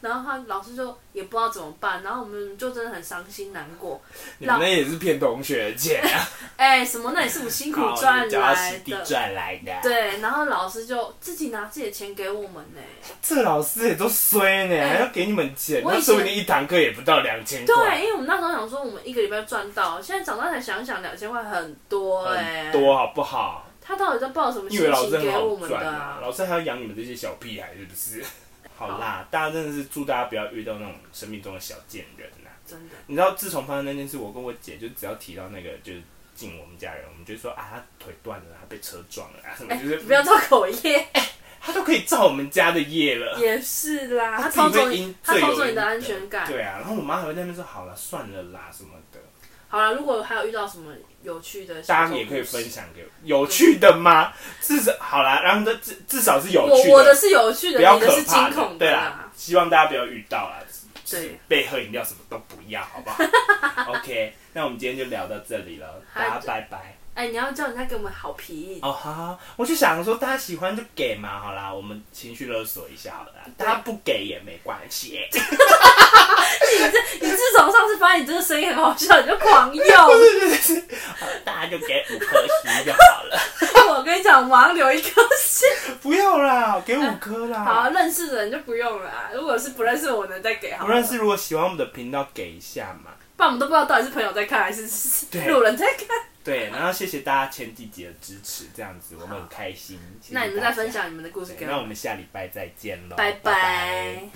Speaker 2: 然后他老师就也不知道怎么办，然后我们就真的很伤心难过。
Speaker 1: 你们那也是骗同学的啊钱啊，
Speaker 2: 哎、什么？那也是我辛苦赚
Speaker 1: 脚踏
Speaker 2: 来
Speaker 1: 实地
Speaker 2: 的。
Speaker 1: 赚来的。，
Speaker 2: 对，然后老师就自己拿自己的钱给我们呢、
Speaker 1: 这老师也都衰呢，
Speaker 2: 哎
Speaker 1: 还要给你们钱，
Speaker 2: 我
Speaker 1: 那
Speaker 2: 以前
Speaker 1: 说不定一堂课也不到两千
Speaker 2: 对，
Speaker 1: 块，
Speaker 2: 因为我们那时候想说我们一个礼拜赚到，现在长大才想想两千块很多哎、
Speaker 1: 很多好不好？
Speaker 2: 他到底在抱什么
Speaker 1: 你
Speaker 2: 心
Speaker 1: 以为老
Speaker 2: 情
Speaker 1: 师很
Speaker 2: 给我
Speaker 1: 好
Speaker 2: 们的
Speaker 1: 赚啊？老师还要养你们这些小屁孩是不是？好啦，大家真的是祝大家不要遇到那种生命中的小贱人啊呐、
Speaker 2: 真的，
Speaker 1: 你知道，自从发生那件事，我跟我姐就只要提到那个，就是进我们家人，我们就说啊，他腿断了，他被车撞了啊，什么，
Speaker 2: 哎、
Speaker 1: 就是
Speaker 2: 不要造口业，
Speaker 1: 他都可以造我们家的业了。
Speaker 2: 也是啦，
Speaker 1: 他
Speaker 2: 他
Speaker 1: 自己会
Speaker 2: 偷走
Speaker 1: 因
Speaker 2: 你，他
Speaker 1: 罪
Speaker 2: 偷
Speaker 1: 有
Speaker 2: 走你
Speaker 1: 应
Speaker 2: 的
Speaker 1: 得
Speaker 2: 安全感。
Speaker 1: 对啊，然后我妈还会在那边说，好了，算了啦什么的。
Speaker 2: 好了，如果还有遇到什么有趣的，
Speaker 1: 大家也可以分。享给我有趣的 吗？至少好啦，然后这至至少是有
Speaker 2: 我
Speaker 1: 趣
Speaker 2: 我的是有趣的，
Speaker 1: 不要
Speaker 2: 你的啊
Speaker 1: 可
Speaker 2: 是
Speaker 1: 怕
Speaker 2: 惊恐
Speaker 1: 对啦
Speaker 2: 啦。，
Speaker 1: 希望大家不要遇到啦。
Speaker 2: 对，
Speaker 1: 被喝饮料什么都不要，好 不好？OK，那我们今天就聊到这里了，大家拜拜。
Speaker 2: 哎、你要叫人家给我们好评，
Speaker 1: 哦，好好，我就想说大家喜欢就给嘛，好啦，我们情绪勒索一下好了啦，大家不给也没关系。
Speaker 2: 你自从上次发现你这个声音很好笑，你就狂用。
Speaker 1: 好大家就给五颗星就好了，
Speaker 2: 我跟你讲，我马上留一颗心。
Speaker 1: 不要啦，给五颗啦。
Speaker 2: 好，认识的人就不用了啊、如果是不认识我的，再给好。
Speaker 1: 不认识，，如果喜欢我们的频道，给一下嘛。
Speaker 2: 不然我们都不知道到底是朋友在看还是是
Speaker 1: 对
Speaker 2: 路人在看。
Speaker 1: 对，然后谢谢大家前几集的支持，这样子我们很开心。谢谢
Speaker 2: 那你们
Speaker 1: 大家
Speaker 2: 再分。享你们的故事
Speaker 1: 对
Speaker 2: 给
Speaker 1: 那
Speaker 2: 我
Speaker 1: 我
Speaker 2: 们，
Speaker 1: 们下礼拜再见喽，
Speaker 2: 拜
Speaker 1: 拜
Speaker 2: 拜